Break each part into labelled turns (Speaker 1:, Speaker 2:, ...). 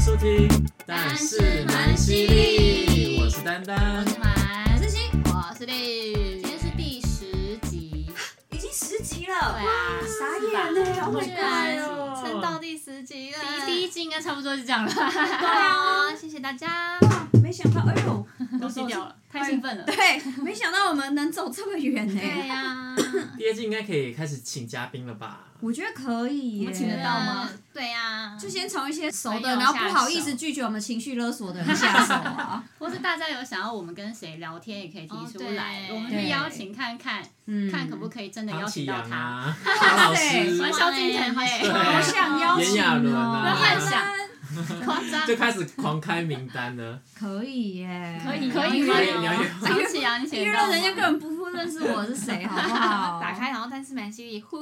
Speaker 1: 收听，
Speaker 2: 但是蛮犀利
Speaker 1: 我是丹丹
Speaker 2: 我。是马思欣，
Speaker 3: 我是
Speaker 2: 今
Speaker 3: 丽，
Speaker 2: 天是第十集，
Speaker 4: 已经十集了，
Speaker 2: 对啊
Speaker 4: 哇，傻眼嘞
Speaker 2: 是吧啊
Speaker 4: ！Oh my
Speaker 2: 居然
Speaker 4: god！哦
Speaker 3: 撑到第十集了，
Speaker 2: 第第一季应该差不多就这样了。
Speaker 3: 对啊，谢谢大家，
Speaker 4: 哇没想到，哎呦，
Speaker 2: 都
Speaker 3: 都掉了，
Speaker 2: 太兴奋了。
Speaker 4: 对，没想到我们能走这么远欸呢。
Speaker 3: 对
Speaker 2: 啊
Speaker 3: 呀，
Speaker 1: 第二季应该可以开始请嘉宾了吧？
Speaker 4: 我觉得可以
Speaker 2: 我
Speaker 4: 耶，
Speaker 2: 们请得到吗？
Speaker 3: 对
Speaker 2: 啊
Speaker 3: 呀，
Speaker 4: 就先从一些熟
Speaker 2: 朋
Speaker 4: 的，
Speaker 2: 友
Speaker 4: 然后不好
Speaker 2: 下手
Speaker 4: 意思拒绝我们情绪勒索的人下手啊。
Speaker 2: 或是大家有想要我们跟谁聊天，也可以提出来
Speaker 3: 哦，对
Speaker 2: 我们去邀请看 看，
Speaker 4: 嗯，
Speaker 2: 看可不可以真的邀
Speaker 1: 唐启
Speaker 2: 请到
Speaker 1: 阳
Speaker 2: 他。
Speaker 1: 啊，唐老
Speaker 4: 对
Speaker 2: 蛮
Speaker 1: 师，
Speaker 2: 萧敬腾的
Speaker 1: 对
Speaker 4: 好想邀
Speaker 1: 炎
Speaker 4: 请
Speaker 1: 亚纶
Speaker 4: 哦，
Speaker 1: 啊
Speaker 2: 幻 想夸张，
Speaker 1: 就开始狂开名单 了。
Speaker 4: 可以耶，
Speaker 2: 可以
Speaker 3: 哦可以啊
Speaker 2: 吗
Speaker 1: 可以聊一聊？
Speaker 2: 张启阳，你
Speaker 4: 因
Speaker 2: 写
Speaker 4: 为
Speaker 2: 到吗
Speaker 4: 人家根本不认识我是谁，好不 好？
Speaker 3: 打开然后但是蛮犀利，呼，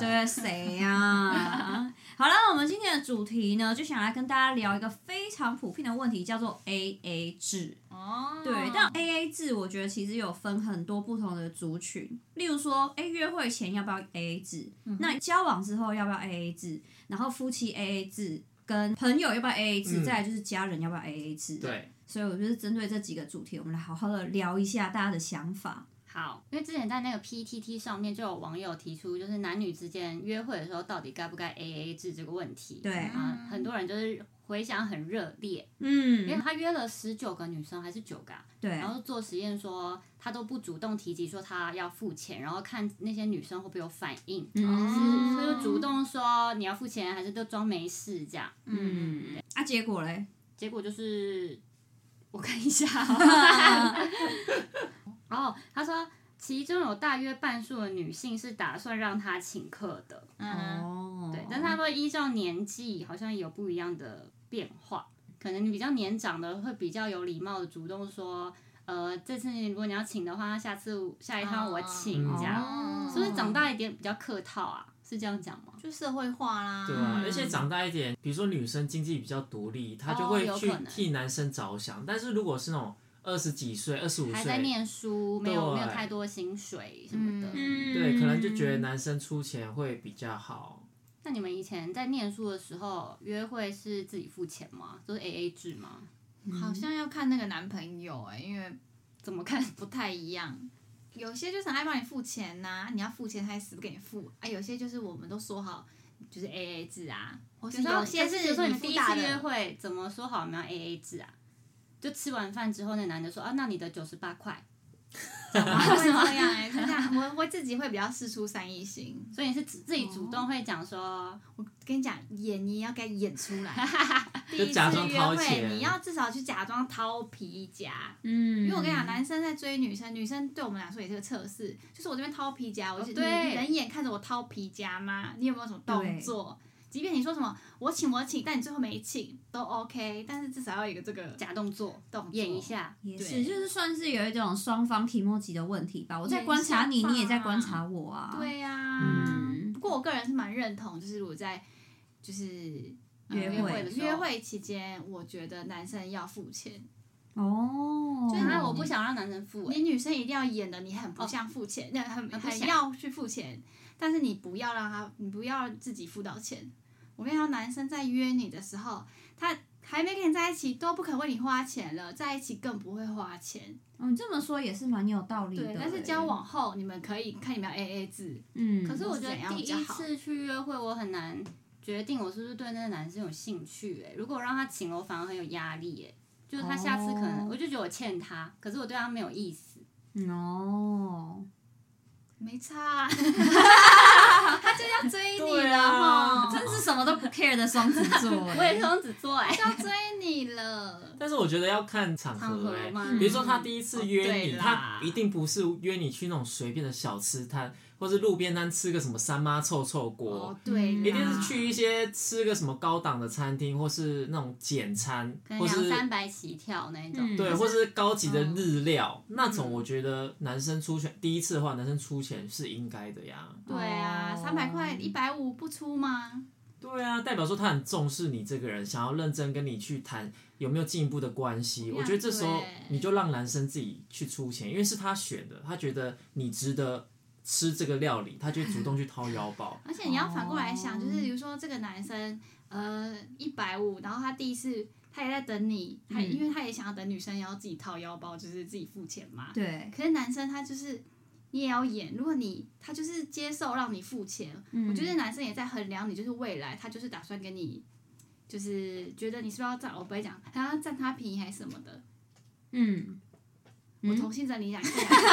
Speaker 4: 对谁呀、 好了，我们今天的主题呢，就想来跟大家聊一个非常普遍的问题，叫做 AA 制。
Speaker 3: 哦，
Speaker 4: 对，但 AA 制我觉得其实有分很多不同的族群，例如说，哎，约会前要不要 AA 制？那交往之后要不要 AA 制？然后夫妻 AA 制。跟朋友要不要 AA 制，
Speaker 1: 嗯
Speaker 4: 再来就是家人要不要 AA 制，
Speaker 1: 对，
Speaker 4: 所以我就是针对这几个主题，我们来好好的聊一下大家的想法。
Speaker 2: 好，
Speaker 3: 因为之前在那个 PTT 上面就有网友提出，就是男女之间约会的时候到底该不该 AA 制这个问题，
Speaker 4: 对
Speaker 3: 啊，很多人就是回想很热烈，因为
Speaker 4: 嗯，
Speaker 3: 他约了十九个女生还是九个啊，
Speaker 4: 对
Speaker 3: 然，后做实验说他都不主动提及说他要付钱，然后看那些女生会不会有反应，
Speaker 4: 嗯
Speaker 3: 所以就主动说你要付钱，还是都装没事这样。
Speaker 4: 嗯，啊，结果嘞，
Speaker 3: 结果就是我看一下，哦，他说其中有大约半数的女性是打算让他请客的，
Speaker 2: 嗯，
Speaker 4: 哦，
Speaker 3: 对，但是他说依照年纪好像有不一样的变化，可能你比较年长的会比较有礼貌的主动说，呃，这次如果你要请的话，下次下一趟我请
Speaker 1: 哦
Speaker 3: 这样，
Speaker 4: 哦
Speaker 3: 是不是长大一点比较客套啊？是这样讲吗？
Speaker 2: 就社会化啦。
Speaker 1: 对
Speaker 3: 嗯
Speaker 1: 啊，而且长大一点，比如说女生经济比较独立，她就
Speaker 3: 哦
Speaker 1: 会
Speaker 3: 有
Speaker 1: 去
Speaker 3: 可能
Speaker 1: 替男生着想。但是如果是那种二十几岁、二十五
Speaker 3: 还在
Speaker 1: 岁，
Speaker 3: 念书，没有没有
Speaker 1: 对
Speaker 3: 太多薪水什么的。
Speaker 4: 嗯
Speaker 1: 对，可能就觉得男生出钱会比较好。
Speaker 3: 那你们以前在念书的时候，约会是自己付钱吗？都是 A A 制吗？
Speaker 2: 好像要看那个男朋友哎、因为
Speaker 3: 怎么看？
Speaker 2: 不太一样。有些就是很爱帮你付钱呐、你要付钱他也死不给你付啊。有些就是我们都说好就是 A A 制啊，或
Speaker 3: 比
Speaker 2: 是
Speaker 3: 如说，
Speaker 2: 有些
Speaker 3: 比如说
Speaker 2: 是
Speaker 3: 你们
Speaker 2: 付
Speaker 3: 第一
Speaker 2: 大的
Speaker 3: 次 约会，怎么说好我们要 A A 制啊？就吃完饭之后，那男的说啊，那你的九十八块，
Speaker 2: 会这样哎、就这样，我我自己会比较事出三意心。
Speaker 3: 所以你是自自己主动会讲说，
Speaker 2: 我跟你讲，演你也要给演出来。第
Speaker 1: 就
Speaker 2: 一次
Speaker 1: 假装
Speaker 2: 约
Speaker 1: 掏
Speaker 2: 会，
Speaker 1: 钱
Speaker 2: 你要至少去假装掏皮夹。
Speaker 4: 嗯，
Speaker 2: 因为我跟你讲，男生在追女生，女生对我们来说也是个测试，就是我这边掏皮夹，我就、
Speaker 3: 哦对
Speaker 2: 你人眼看着我掏皮夹吗？你有没有什么动作？即便你说什么我请我请，但你最后没请都 OK，但是至少要有一个这个
Speaker 3: 假动作，
Speaker 2: 动作
Speaker 3: 演一。下，
Speaker 4: 也是，
Speaker 2: 对
Speaker 4: 就是算是有一种双方提莫级的问题吧。我在观察你，
Speaker 2: 也是吧
Speaker 4: 你也在观察我啊。，
Speaker 2: 对呀、
Speaker 1: 嗯
Speaker 2: 不过我个人是蛮认同，就是我在就是。呃
Speaker 4: 约会
Speaker 2: 的时候约会期间，我觉得男生要付钱，
Speaker 4: 哦，
Speaker 2: 就是
Speaker 3: 啊，我不想让男生付、欸，
Speaker 2: 你女生一定要演的你很不像付钱，那、哦很
Speaker 3: 很不
Speaker 2: 很
Speaker 3: 像
Speaker 2: 要去付钱，但是你不要让他，你不要自己付到钱。我跟你说，男生在约你的时候，他还没跟你在一起都不肯为你花钱了，在一起更不会花钱。
Speaker 4: 嗯，你这么说也是蛮有道理的。欸
Speaker 2: 对，但是交，往后你们可以看你们要 A A 制，
Speaker 4: 嗯，
Speaker 3: 可是我觉得
Speaker 2: 怎样
Speaker 3: 第
Speaker 2: 比较
Speaker 3: 一
Speaker 2: 好
Speaker 3: 次去约会，我很难决定我是不是对那个男生有兴趣、欸。如果我让他请了，我反而很有压力、欸。就是他下次可能，
Speaker 4: 哦
Speaker 3: 我就觉得我欠他，可是我对他没有意思。
Speaker 4: 嗯哦，
Speaker 2: 没差、啊，他就要追你
Speaker 4: 对
Speaker 2: 了
Speaker 4: 啊，
Speaker 2: 哈，
Speaker 4: 真是什么都不 care 的双子座 哎。
Speaker 3: 我也是双子座欸 哎、
Speaker 2: 就要追你了。
Speaker 1: 但是我觉得要看场
Speaker 3: 场
Speaker 1: 合
Speaker 3: 合
Speaker 1: 哎、
Speaker 3: 嘛
Speaker 1: 比如说他第一次约你，
Speaker 2: 嗯哦对
Speaker 1: 他
Speaker 2: 啦
Speaker 1: 一定不是约你去那种随便的小吃摊，或是路边摊吃个什么三妈臭臭锅，
Speaker 2: 哦，对啦，
Speaker 1: 一
Speaker 3: 啊
Speaker 1: 定是去一些吃个什么高档的餐厅，或是那种简餐，
Speaker 3: 可能
Speaker 1: 或
Speaker 3: 两
Speaker 1: 是
Speaker 3: 三百起跳那一种。
Speaker 4: 嗯
Speaker 1: 对，或是高级的
Speaker 3: 嗯
Speaker 1: 日料、那种，我觉得男生出钱，第一次的话，男生出钱是应该的呀。
Speaker 2: 对啊，
Speaker 4: 哦
Speaker 2: 三百块一百五不出吗？
Speaker 1: 对啊，代表说他很重视你这个人，想要认真跟你去谈有没有进一步的关系。
Speaker 2: 我
Speaker 1: 我觉得这
Speaker 2: 想
Speaker 1: 时候
Speaker 2: 对
Speaker 1: 你就让男生自己去出钱，因为是他选的，他觉得你值得吃这个料理，他就会主动去掏腰 包。
Speaker 2: 而且你要反过来想，
Speaker 4: 哦
Speaker 2: 就是比如说这个男生，呃，一百五，然后他第一次他也在等你，他、
Speaker 4: 嗯
Speaker 2: 因为他也想要等女生，也要自己掏腰包，就是自己付钱嘛。
Speaker 4: 对，
Speaker 2: 可是男生他就是你也要演，如果你他就是接受让你付钱，
Speaker 4: 嗯
Speaker 2: 我觉得男生也在衡量你，就是未来他就是打算跟你，就是觉得你是不是要占，我不会讲他要占他便宜还是什么的。
Speaker 4: 嗯，
Speaker 2: 我
Speaker 4: 嗯
Speaker 2: 同性恋理想，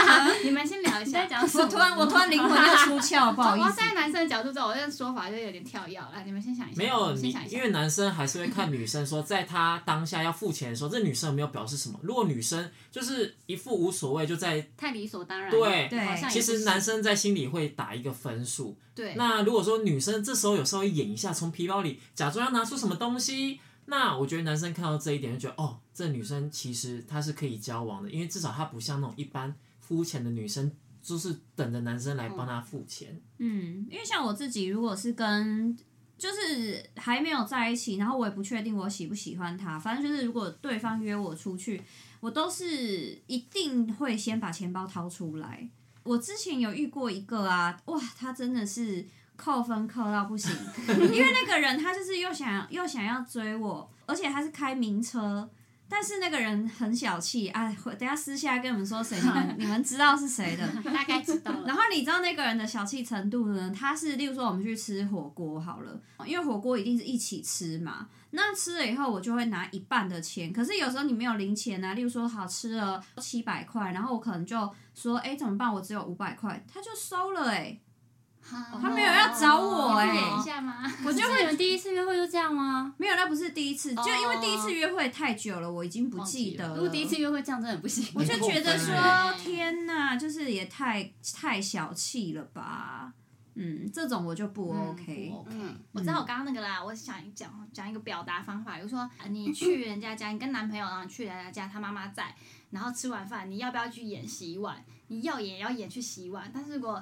Speaker 2: 你们先聊一
Speaker 3: 你
Speaker 2: 下
Speaker 3: 在。讲什么？
Speaker 4: 我突然我突然灵魂又出窍，不好
Speaker 2: 我
Speaker 4: 意
Speaker 2: 要
Speaker 4: 思
Speaker 2: 哦站。在男生的角度之后，我这个说法就有点跳跃了。来你们先想一下，
Speaker 1: 没有
Speaker 2: 先
Speaker 1: 你
Speaker 2: 想一，下
Speaker 1: 因。为男生还是会看女生说，在他当下要付钱的时候，这女生有没有表示什么？如果女生就是一副无所谓，就在
Speaker 3: 太理所当然了。
Speaker 1: 对
Speaker 4: 对
Speaker 3: 好像也
Speaker 1: 其
Speaker 3: 不
Speaker 1: 实
Speaker 3: 是
Speaker 1: 男生在心里会打一个分数。
Speaker 4: 啊
Speaker 2: 对，
Speaker 1: 那如果说女生这时候有稍微演一下，从皮包里假装要拿出什么东西，那我觉得男生看到这一点就觉得，哦，这女生其实她是可以交往的，因为至少她不像那种一般肤浅的女生，就是等着男生来帮她付钱。
Speaker 4: 嗯，因为像我自己，如果是跟就是还没有在一起，然后我也不确定我喜不喜欢他，反正就是如果对方约我出去，我都是一定会先把钱包掏出来。我之前有遇过一个啊，哇，他真的是扣分扣到不行，因为那个人他就是又想又想要追我，而且他是开名车。但是那个人很小气，哎，回等一下私下跟你们说谁，你们你们知道是谁的。
Speaker 2: 大概知道了。
Speaker 4: 然后你知道那个人的小气程度呢？他是，例如说我们去吃火锅好了，因为火锅一定是一起吃嘛。那吃了以后，我就会拿一半的钱。可是有时候你没有零钱啊，例如说好吃了七百块，然后我可能就说，哎、怎么办？我只有五百块，他就收了、欸，
Speaker 2: 他
Speaker 4: 他没有要找我哎
Speaker 2: 演一下吗？
Speaker 4: 我就
Speaker 3: 会你们第一次约会就这样啊吗？
Speaker 4: 没有，那不是第一次，就因为第一次约会太久了，我已经不记得
Speaker 3: 如
Speaker 4: 了。
Speaker 3: 果第一次约会这样，真的不行。
Speaker 4: 呃我就觉得
Speaker 1: 很扣
Speaker 4: 说
Speaker 2: 分，欸
Speaker 4: 天哪，就是也太太小气了吧？嗯，这种我就不 OK。
Speaker 2: 嗯不 OK，
Speaker 3: 嗯
Speaker 2: 我知道我刚刚那个啦，我想讲讲一个表达方法，比如说呃你去人家家，你跟男朋友然后去人家家，他妈妈在，然后吃完饭，你要不要去演洗碗？你要演也要演去洗碗，但是如果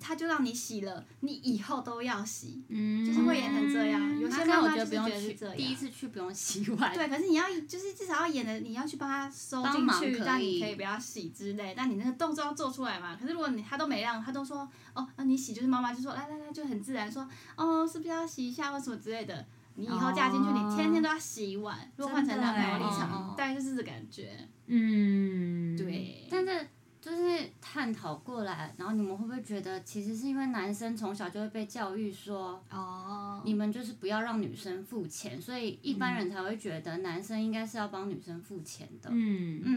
Speaker 2: 他就让你洗了，你以后都要洗，
Speaker 4: 嗯，
Speaker 2: 就是会演成这样。有些
Speaker 3: 嗯那
Speaker 2: 妈
Speaker 3: 我
Speaker 2: 妈
Speaker 3: 觉
Speaker 2: 就是
Speaker 3: 得
Speaker 2: 觉
Speaker 3: 不用
Speaker 2: 得是
Speaker 3: 去
Speaker 2: 这，样，
Speaker 3: 第一次去不用洗碗。
Speaker 2: 对，可是你要就是至少要演的，你要去帮他收
Speaker 3: 帮
Speaker 2: 进
Speaker 3: 忙
Speaker 2: 去，
Speaker 3: 可
Speaker 2: 让你
Speaker 3: 以
Speaker 2: 可以不要洗之类。但你那个动作要做出来嘛。可是如果你他都没让，他都说哦，那你洗就是妈妈就说来来来，就很自然说哦，是不是要洗一下或什么之类的。你以后嫁进去，你天天都要洗碗。如果换成男朋友立
Speaker 3: 真的
Speaker 2: 场
Speaker 3: 欸，
Speaker 2: 大概就是这感觉。
Speaker 4: 嗯，
Speaker 2: 对，
Speaker 3: 但是就是探讨过来，然后你们会不会觉得，其实是因为男生从小就会被教育说，
Speaker 2: 哦，
Speaker 3: 你们就是不要让女生付钱，所以一般人才会觉得男生应该是要帮女生付钱的。
Speaker 4: 嗯，
Speaker 2: 嗯，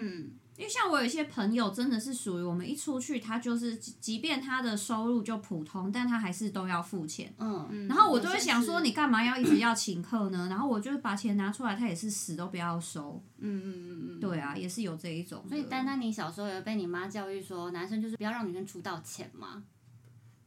Speaker 4: 因为像我有一些朋友，真的是属于我们一出去，他就是即即便他的收入就普通，但他还是都要付钱。
Speaker 3: 嗯，
Speaker 2: 嗯
Speaker 4: 然后我就会想
Speaker 2: 有
Speaker 4: 说，
Speaker 2: 些是
Speaker 4: 你干嘛要一直要请客呢？然后我就把钱拿出来，他也是死都不要收。
Speaker 2: 嗯嗯嗯嗯，
Speaker 4: 对啊，也是有这一种的。
Speaker 3: 所以丹丹，你小时候有被你妈教育说，男生就是不要让女生出到钱吗？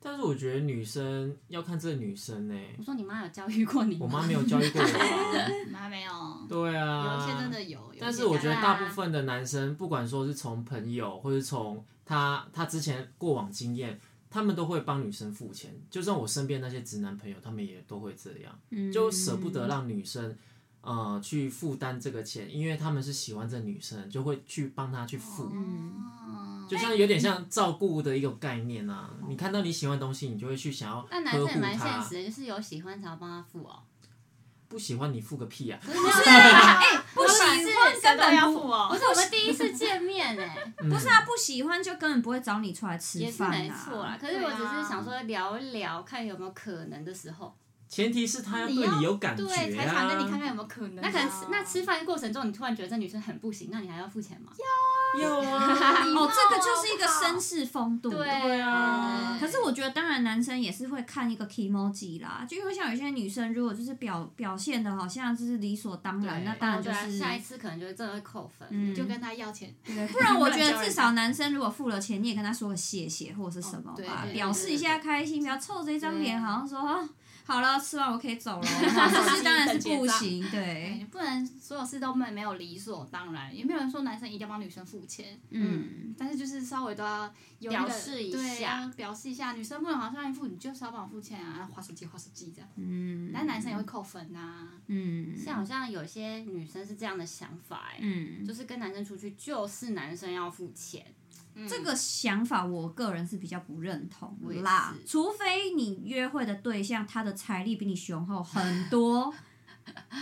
Speaker 1: 但是我觉得女生要看这女生呢、
Speaker 3: 我说你妈有教育过你
Speaker 1: 我
Speaker 3: 吗？
Speaker 1: 妈没有教育过我、啊。
Speaker 2: 妈没有，有
Speaker 1: 对啊，
Speaker 2: 一些真的有。有
Speaker 1: 但
Speaker 2: 一
Speaker 1: 是
Speaker 2: 些
Speaker 1: 我
Speaker 2: 家
Speaker 1: 觉得
Speaker 2: 长
Speaker 1: 大部分的男生，不管说是从朋友，或是从他他之前过往经验，他们都会帮女生付钱。就算我身边那些直男朋友，他们也都会这样，
Speaker 2: 嗯
Speaker 4: 嗯
Speaker 1: 就舍不得让女生。呃，去负担这个钱，因为他们是喜欢这女生，就会去帮她去付，
Speaker 2: 哦嗯，
Speaker 1: 就像有点像照顾的一种概念啊。你看到你喜欢的东西，你就会去想要
Speaker 3: 那男生
Speaker 1: 呵
Speaker 3: 也
Speaker 1: 护
Speaker 3: 蛮现
Speaker 1: 她。
Speaker 3: 实的，就是有喜欢才要帮他付哦。
Speaker 1: 不喜欢你付个屁啊！
Speaker 3: 不是，哎，
Speaker 4: 不喜欢根
Speaker 2: 谁都
Speaker 4: 本
Speaker 2: 要
Speaker 4: 不
Speaker 2: 付哦
Speaker 3: 不。是我们第一次见面哎、
Speaker 4: 不是啊，不喜欢就根本不会找你出来吃
Speaker 3: 也是
Speaker 4: 饭啊。
Speaker 3: 没错啦。可是我只是想说聊一聊，看有没有可能的时候。
Speaker 1: 前提是他要
Speaker 2: 你
Speaker 1: 对
Speaker 2: 要
Speaker 1: 有感觉啊。
Speaker 2: 对，才想跟你看看有没有可能啊。
Speaker 3: 那可能吃那吃饭过程中，你突然觉得这女生很不行，那你还要付钱吗？
Speaker 1: 有 啊，
Speaker 4: 哦，这个就是一个绅
Speaker 2: 啊
Speaker 4: 士风度。
Speaker 1: 对啊
Speaker 4: 可是我觉得，当然男生也是会看一个 emoji 啦，就因为像有些女生，如果就是表表现的好像就是理所当然，
Speaker 1: 对
Speaker 4: 那当然
Speaker 2: 哦
Speaker 4: 就
Speaker 3: 对啊，
Speaker 4: 是
Speaker 3: 下一次可能就真的会扣分。
Speaker 4: 嗯
Speaker 2: 就跟他要钱。
Speaker 4: 对，不然我觉得至少男生如果付了钱，你也跟他说个谢谢或者是什么
Speaker 2: 哦对
Speaker 4: 吧
Speaker 2: 对，对
Speaker 4: 表示一下开心，不要臭着一张脸，
Speaker 2: 对
Speaker 4: 好像说啊好了，吃完我可以 走了，这是当然是不行，
Speaker 2: 对，
Speaker 4: 对，
Speaker 2: 你不能所有事都没没有理所当然，也没有人说男生一定要帮女生付钱，
Speaker 4: 嗯，
Speaker 2: 但是就是稍微都要有那个
Speaker 3: 表示一
Speaker 2: 对
Speaker 3: 下
Speaker 2: 要表示一下，女生不能好像一副你就是要帮我付钱啊，划手机划手机这样，
Speaker 4: 嗯，
Speaker 2: 但男生也会扣分啊呐、
Speaker 4: 嗯
Speaker 3: 像好像有些女生是这样的想法、欸，
Speaker 4: 嗯，
Speaker 3: 就是跟男生出去就是男生要付钱，
Speaker 4: 这个想法我个人是比较不认同
Speaker 3: 我也
Speaker 4: 啦
Speaker 3: 是，
Speaker 4: 除非你约会的对象他的财力比你雄厚很多，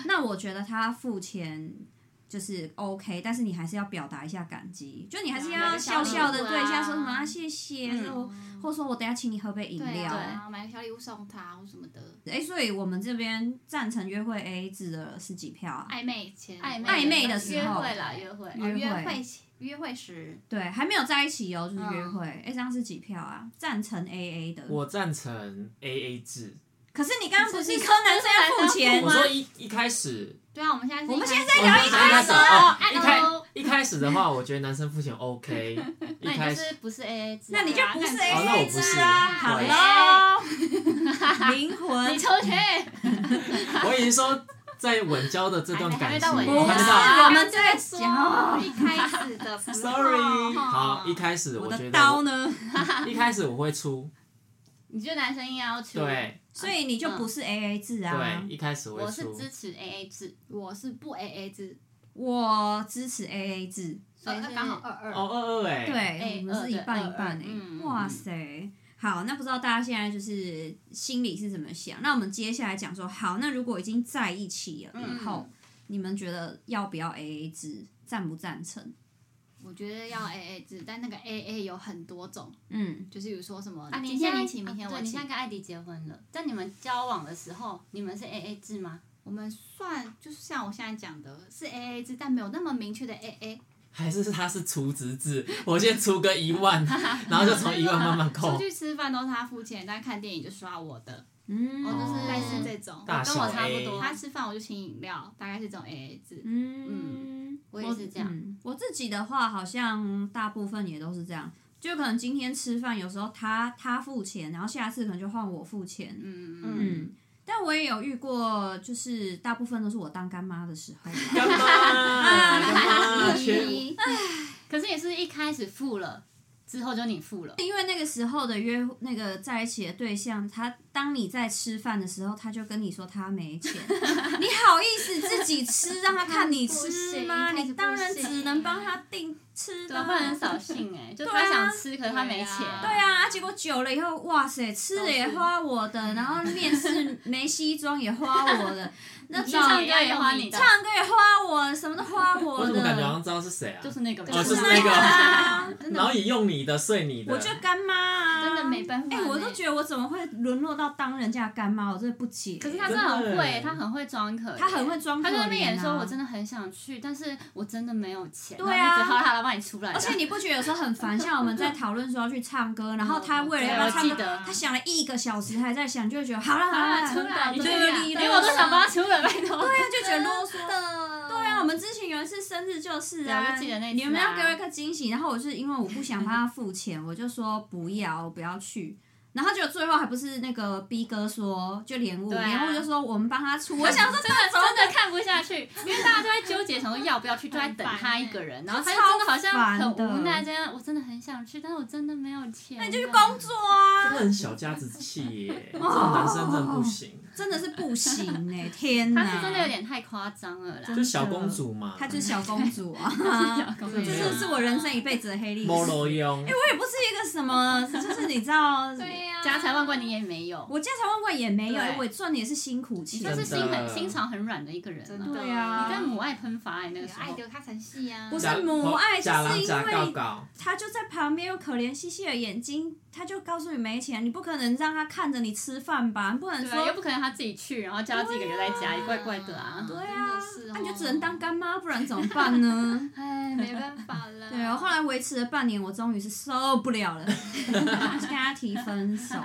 Speaker 4: 那我觉得他付钱。就是 OK，但是你还是要表达一下感激，就你还是
Speaker 2: 对啊买
Speaker 4: 要
Speaker 2: 个
Speaker 4: 笑
Speaker 2: 小
Speaker 4: 笑的
Speaker 2: 礼物啊
Speaker 4: 对一下说什么、啊、谢谢，
Speaker 3: 嗯
Speaker 4: 说或者说我等一下请你喝杯饮
Speaker 2: 对
Speaker 4: 料。
Speaker 2: 啊，买个小礼物送他或什么的，
Speaker 4: 哎、所以我们这边赞成约会 A A 制的是几票啊？
Speaker 2: 暧昧前
Speaker 3: 暧昧
Speaker 4: 暧昧的时
Speaker 3: 约
Speaker 4: 候
Speaker 3: 会啦，约会。
Speaker 2: 哦约
Speaker 4: 约会
Speaker 2: 会前约会时，
Speaker 4: 对，还没有在一起哦，就是约
Speaker 2: 嗯
Speaker 4: 会。哎、这样是几票啊？赞成 A A 的。
Speaker 1: 我赞成 A A 制。
Speaker 4: 可是你刚刚不是说男生要
Speaker 3: 男生
Speaker 4: 付钱
Speaker 1: 我
Speaker 4: 吗？
Speaker 1: 说一一开始，
Speaker 2: 对啊，我们现在
Speaker 4: 我们现在在
Speaker 1: 我
Speaker 4: 聊
Speaker 1: 们
Speaker 4: 一
Speaker 1: 从一开
Speaker 4: 开
Speaker 1: 始
Speaker 4: 始
Speaker 1: 哦
Speaker 4: 哦，，
Speaker 1: 一开一开始的话，我觉得男生付钱 OK。一
Speaker 3: 那你
Speaker 1: 开
Speaker 3: 就
Speaker 1: 始
Speaker 3: 是不是 AA 制啊？
Speaker 4: 那你就不是
Speaker 2: 哦
Speaker 4: A
Speaker 1: 那我
Speaker 4: A
Speaker 1: 不是
Speaker 4: 制啊，好
Speaker 1: 对
Speaker 4: 喽，
Speaker 3: 哦
Speaker 4: 灵魂
Speaker 2: 你出去，
Speaker 1: 我已经说在稳交的这段
Speaker 3: 还
Speaker 1: 感
Speaker 3: 没
Speaker 1: 情，
Speaker 3: 还没到
Speaker 1: 我
Speaker 3: 稳交啊
Speaker 1: 还没到。
Speaker 4: 不是我们
Speaker 2: 这个
Speaker 4: 在讲
Speaker 2: 说一开始的时候
Speaker 3: 哦
Speaker 1: Sorry，
Speaker 2: 哈
Speaker 1: 好，一开始
Speaker 4: 我
Speaker 1: 我觉
Speaker 4: 的
Speaker 1: 得
Speaker 4: 刀呢？
Speaker 1: 我一开始我会出，
Speaker 3: 你 就男生硬要求。，
Speaker 1: 对
Speaker 4: 所以你就不是 A A 制啊
Speaker 1: 对，。一开始我
Speaker 3: 我
Speaker 1: 会
Speaker 3: 是
Speaker 1: 出，
Speaker 3: 支持 AA 制，
Speaker 2: 我是不 A A 制，
Speaker 4: 我支持 A A 制，
Speaker 3: 所以
Speaker 2: 呃
Speaker 3: 是
Speaker 2: 刚好二二，
Speaker 1: 哦二二哎，
Speaker 4: 对，我们是一半一半
Speaker 3: 对嗯
Speaker 4: 哎。哇塞！好，那不知道大家现在就是心里是怎么想？那我们接下来讲说，好，那如果已经在一起了以后，你们觉得要不要 A A 制？赞不赞成？
Speaker 2: 我觉得要 A A 制，但那个 A A 有很多种，
Speaker 4: 嗯，
Speaker 2: 就是比如说什么
Speaker 3: 啊，
Speaker 2: 今
Speaker 3: 你现
Speaker 2: 天
Speaker 3: 在
Speaker 2: 你请，明天
Speaker 3: 啊
Speaker 2: 我
Speaker 3: 对，你现
Speaker 2: 请
Speaker 3: 在，跟艾迪结婚了，但你们交往的时候，你们是 AA 制吗？
Speaker 2: 我们算就是像我现在讲的是 A A 制，但没有那么明确的 A A，
Speaker 1: 还是他是出资制，我先出个一 万，然后就从一万慢慢
Speaker 2: 出
Speaker 1: 扣。
Speaker 2: 去吃饭都是他付钱，但看电影就刷我的，
Speaker 4: 嗯，
Speaker 3: 哦就是
Speaker 2: 类似这种。
Speaker 1: 大
Speaker 3: 跟
Speaker 1: 小
Speaker 3: 我差不
Speaker 1: A，
Speaker 3: 多
Speaker 2: 他吃饭我就请饮料，大概是这种 A A 制。
Speaker 4: 嗯，
Speaker 3: 我也是这样
Speaker 4: 嗯我自己的话，好像大部分也都是这样，就可能今天吃饭，有时候他他付钱，然后下次可能就换我付钱。
Speaker 2: 嗯嗯
Speaker 3: 嗯
Speaker 4: 嗯，但我也有遇过，就是大部分都是我当干妈的时 候。
Speaker 1: 干 嘛？
Speaker 3: 啊哎
Speaker 1: 干嘛？
Speaker 2: 嗯，
Speaker 1: 全
Speaker 2: 一
Speaker 3: 可是也是一开始付了，之后就你付了，
Speaker 4: 因为那个时候的约那个在一起的对象，他当你在吃饭的时候，他就跟你说他 没钱，你好意思自己吃，让他看你吃 吗？
Speaker 2: 看不行
Speaker 4: 你当然
Speaker 2: 看不行
Speaker 4: 只能帮他订吃
Speaker 3: 对
Speaker 4: 的、
Speaker 3: 啊，
Speaker 4: 啊，
Speaker 3: 不然很扫兴哎，就
Speaker 4: 对啊
Speaker 3: 他想吃，可是他没钱。
Speaker 2: 对啊
Speaker 4: 对啊，啊结果久了以后，哇塞，吃的也花我的，然后面试没西装也花我 的，那
Speaker 3: 你
Speaker 4: 种
Speaker 3: 唱歌也花你的
Speaker 4: 唱歌也花我，什么都花我
Speaker 1: 我怎么感觉好
Speaker 4: 的，
Speaker 1: 像知道是谁啊？
Speaker 3: 就是那个吧，
Speaker 1: 哦就是
Speaker 4: 那
Speaker 1: 那
Speaker 4: 个啊
Speaker 1: 个，然后也用你的睡你的，
Speaker 4: 我就干妈啊，
Speaker 2: 真的没办法
Speaker 4: 哎、
Speaker 2: 呢
Speaker 4: 我都觉得我怎么会沦落到当人家的干妈，我真的不解。
Speaker 3: 可是他真的很会，他很会装可怜，
Speaker 4: 他很会装可
Speaker 3: 他
Speaker 4: 怜啊
Speaker 3: 就在那边演说，我真的很想去，但是我真的没有钱。
Speaker 4: 对啊
Speaker 3: 然后就只好他来帮你出来的。
Speaker 4: 而且你不觉得有时候很烦？像我们在讨论说要去唱歌，然后他为了
Speaker 3: 对
Speaker 4: 要
Speaker 3: 我
Speaker 4: 唱
Speaker 3: 记
Speaker 4: 歌，
Speaker 3: 得
Speaker 4: 他想了一个小时还在想，就会觉得好了好了，
Speaker 3: 出
Speaker 4: 对
Speaker 3: 来，你
Speaker 4: 就
Speaker 3: 这
Speaker 4: 有
Speaker 3: 样，
Speaker 4: 理
Speaker 3: 连我都想帮他出来，拜托。
Speaker 4: 对啊，就觉得啰嗦。
Speaker 2: 的，
Speaker 4: 对啊，我们之前有一次生日就是
Speaker 3: 对
Speaker 4: 啊，
Speaker 3: 我就记得那次啊
Speaker 4: 你们要给我一个惊喜，然后我是因为我不想帮他付钱，我就说不要，不要去。然后结果最后还不是那个 B 哥说，就连我，
Speaker 3: 对啊
Speaker 4: 连我就说我们帮他 出。啊我想说
Speaker 3: 真的真的看不下去，因为大家都在纠结，想说要不要去，就在等他一个
Speaker 4: 欸
Speaker 3: 人，然后他就真的好像很无奈，这样我真的很想去，但是我真的没有钱。那
Speaker 4: 你就去工作啊
Speaker 1: 真，的很小家子气 耶，这种男生真的不行，
Speaker 4: 真的是不行哎、天哪！
Speaker 3: 他是真的有点太夸张了啦。
Speaker 1: 就小公主嘛，
Speaker 4: 哦她就是小公主啊，
Speaker 1: 对
Speaker 4: 这是是我人生一辈子的黑历史。
Speaker 1: 摸
Speaker 4: 我
Speaker 1: 罗用，
Speaker 4: 也不是一个什么，就是你知道，
Speaker 2: 对呀，
Speaker 3: 家财万贯你也没有，
Speaker 4: 我家财万贯也没有，
Speaker 3: 对
Speaker 4: 我赚的也是辛苦钱。
Speaker 3: 就是心
Speaker 1: 真
Speaker 3: 很
Speaker 1: 的
Speaker 3: 心肠很软的一个人
Speaker 2: 真的，
Speaker 3: 啊。
Speaker 4: 对啊
Speaker 3: 你在母爱喷发哎，那个
Speaker 2: 有
Speaker 3: 时
Speaker 2: 爱
Speaker 3: 候。
Speaker 2: 的卡成戏啊，
Speaker 4: 不是
Speaker 1: 假
Speaker 4: 母爱
Speaker 1: 假
Speaker 4: 就是
Speaker 1: 狼
Speaker 4: 因
Speaker 1: 假
Speaker 4: 为
Speaker 1: 告告，
Speaker 4: 他就在旁边，又可怜兮兮的眼睛，他就告诉你没钱，你不可能让他看着你吃饭吧？你不能
Speaker 3: 对啊，又
Speaker 4: 说
Speaker 3: 不可能他自己去，然后叫他自己一个人留在家里，怪怪的啊。
Speaker 4: 对啊
Speaker 2: 真的是，哦
Speaker 4: 那你就只能当干妈，不然怎么办 呢？
Speaker 2: 哎，没办法了。
Speaker 4: 对，啊我后来维持了半年，我终于是受不了 了，跟他提分手。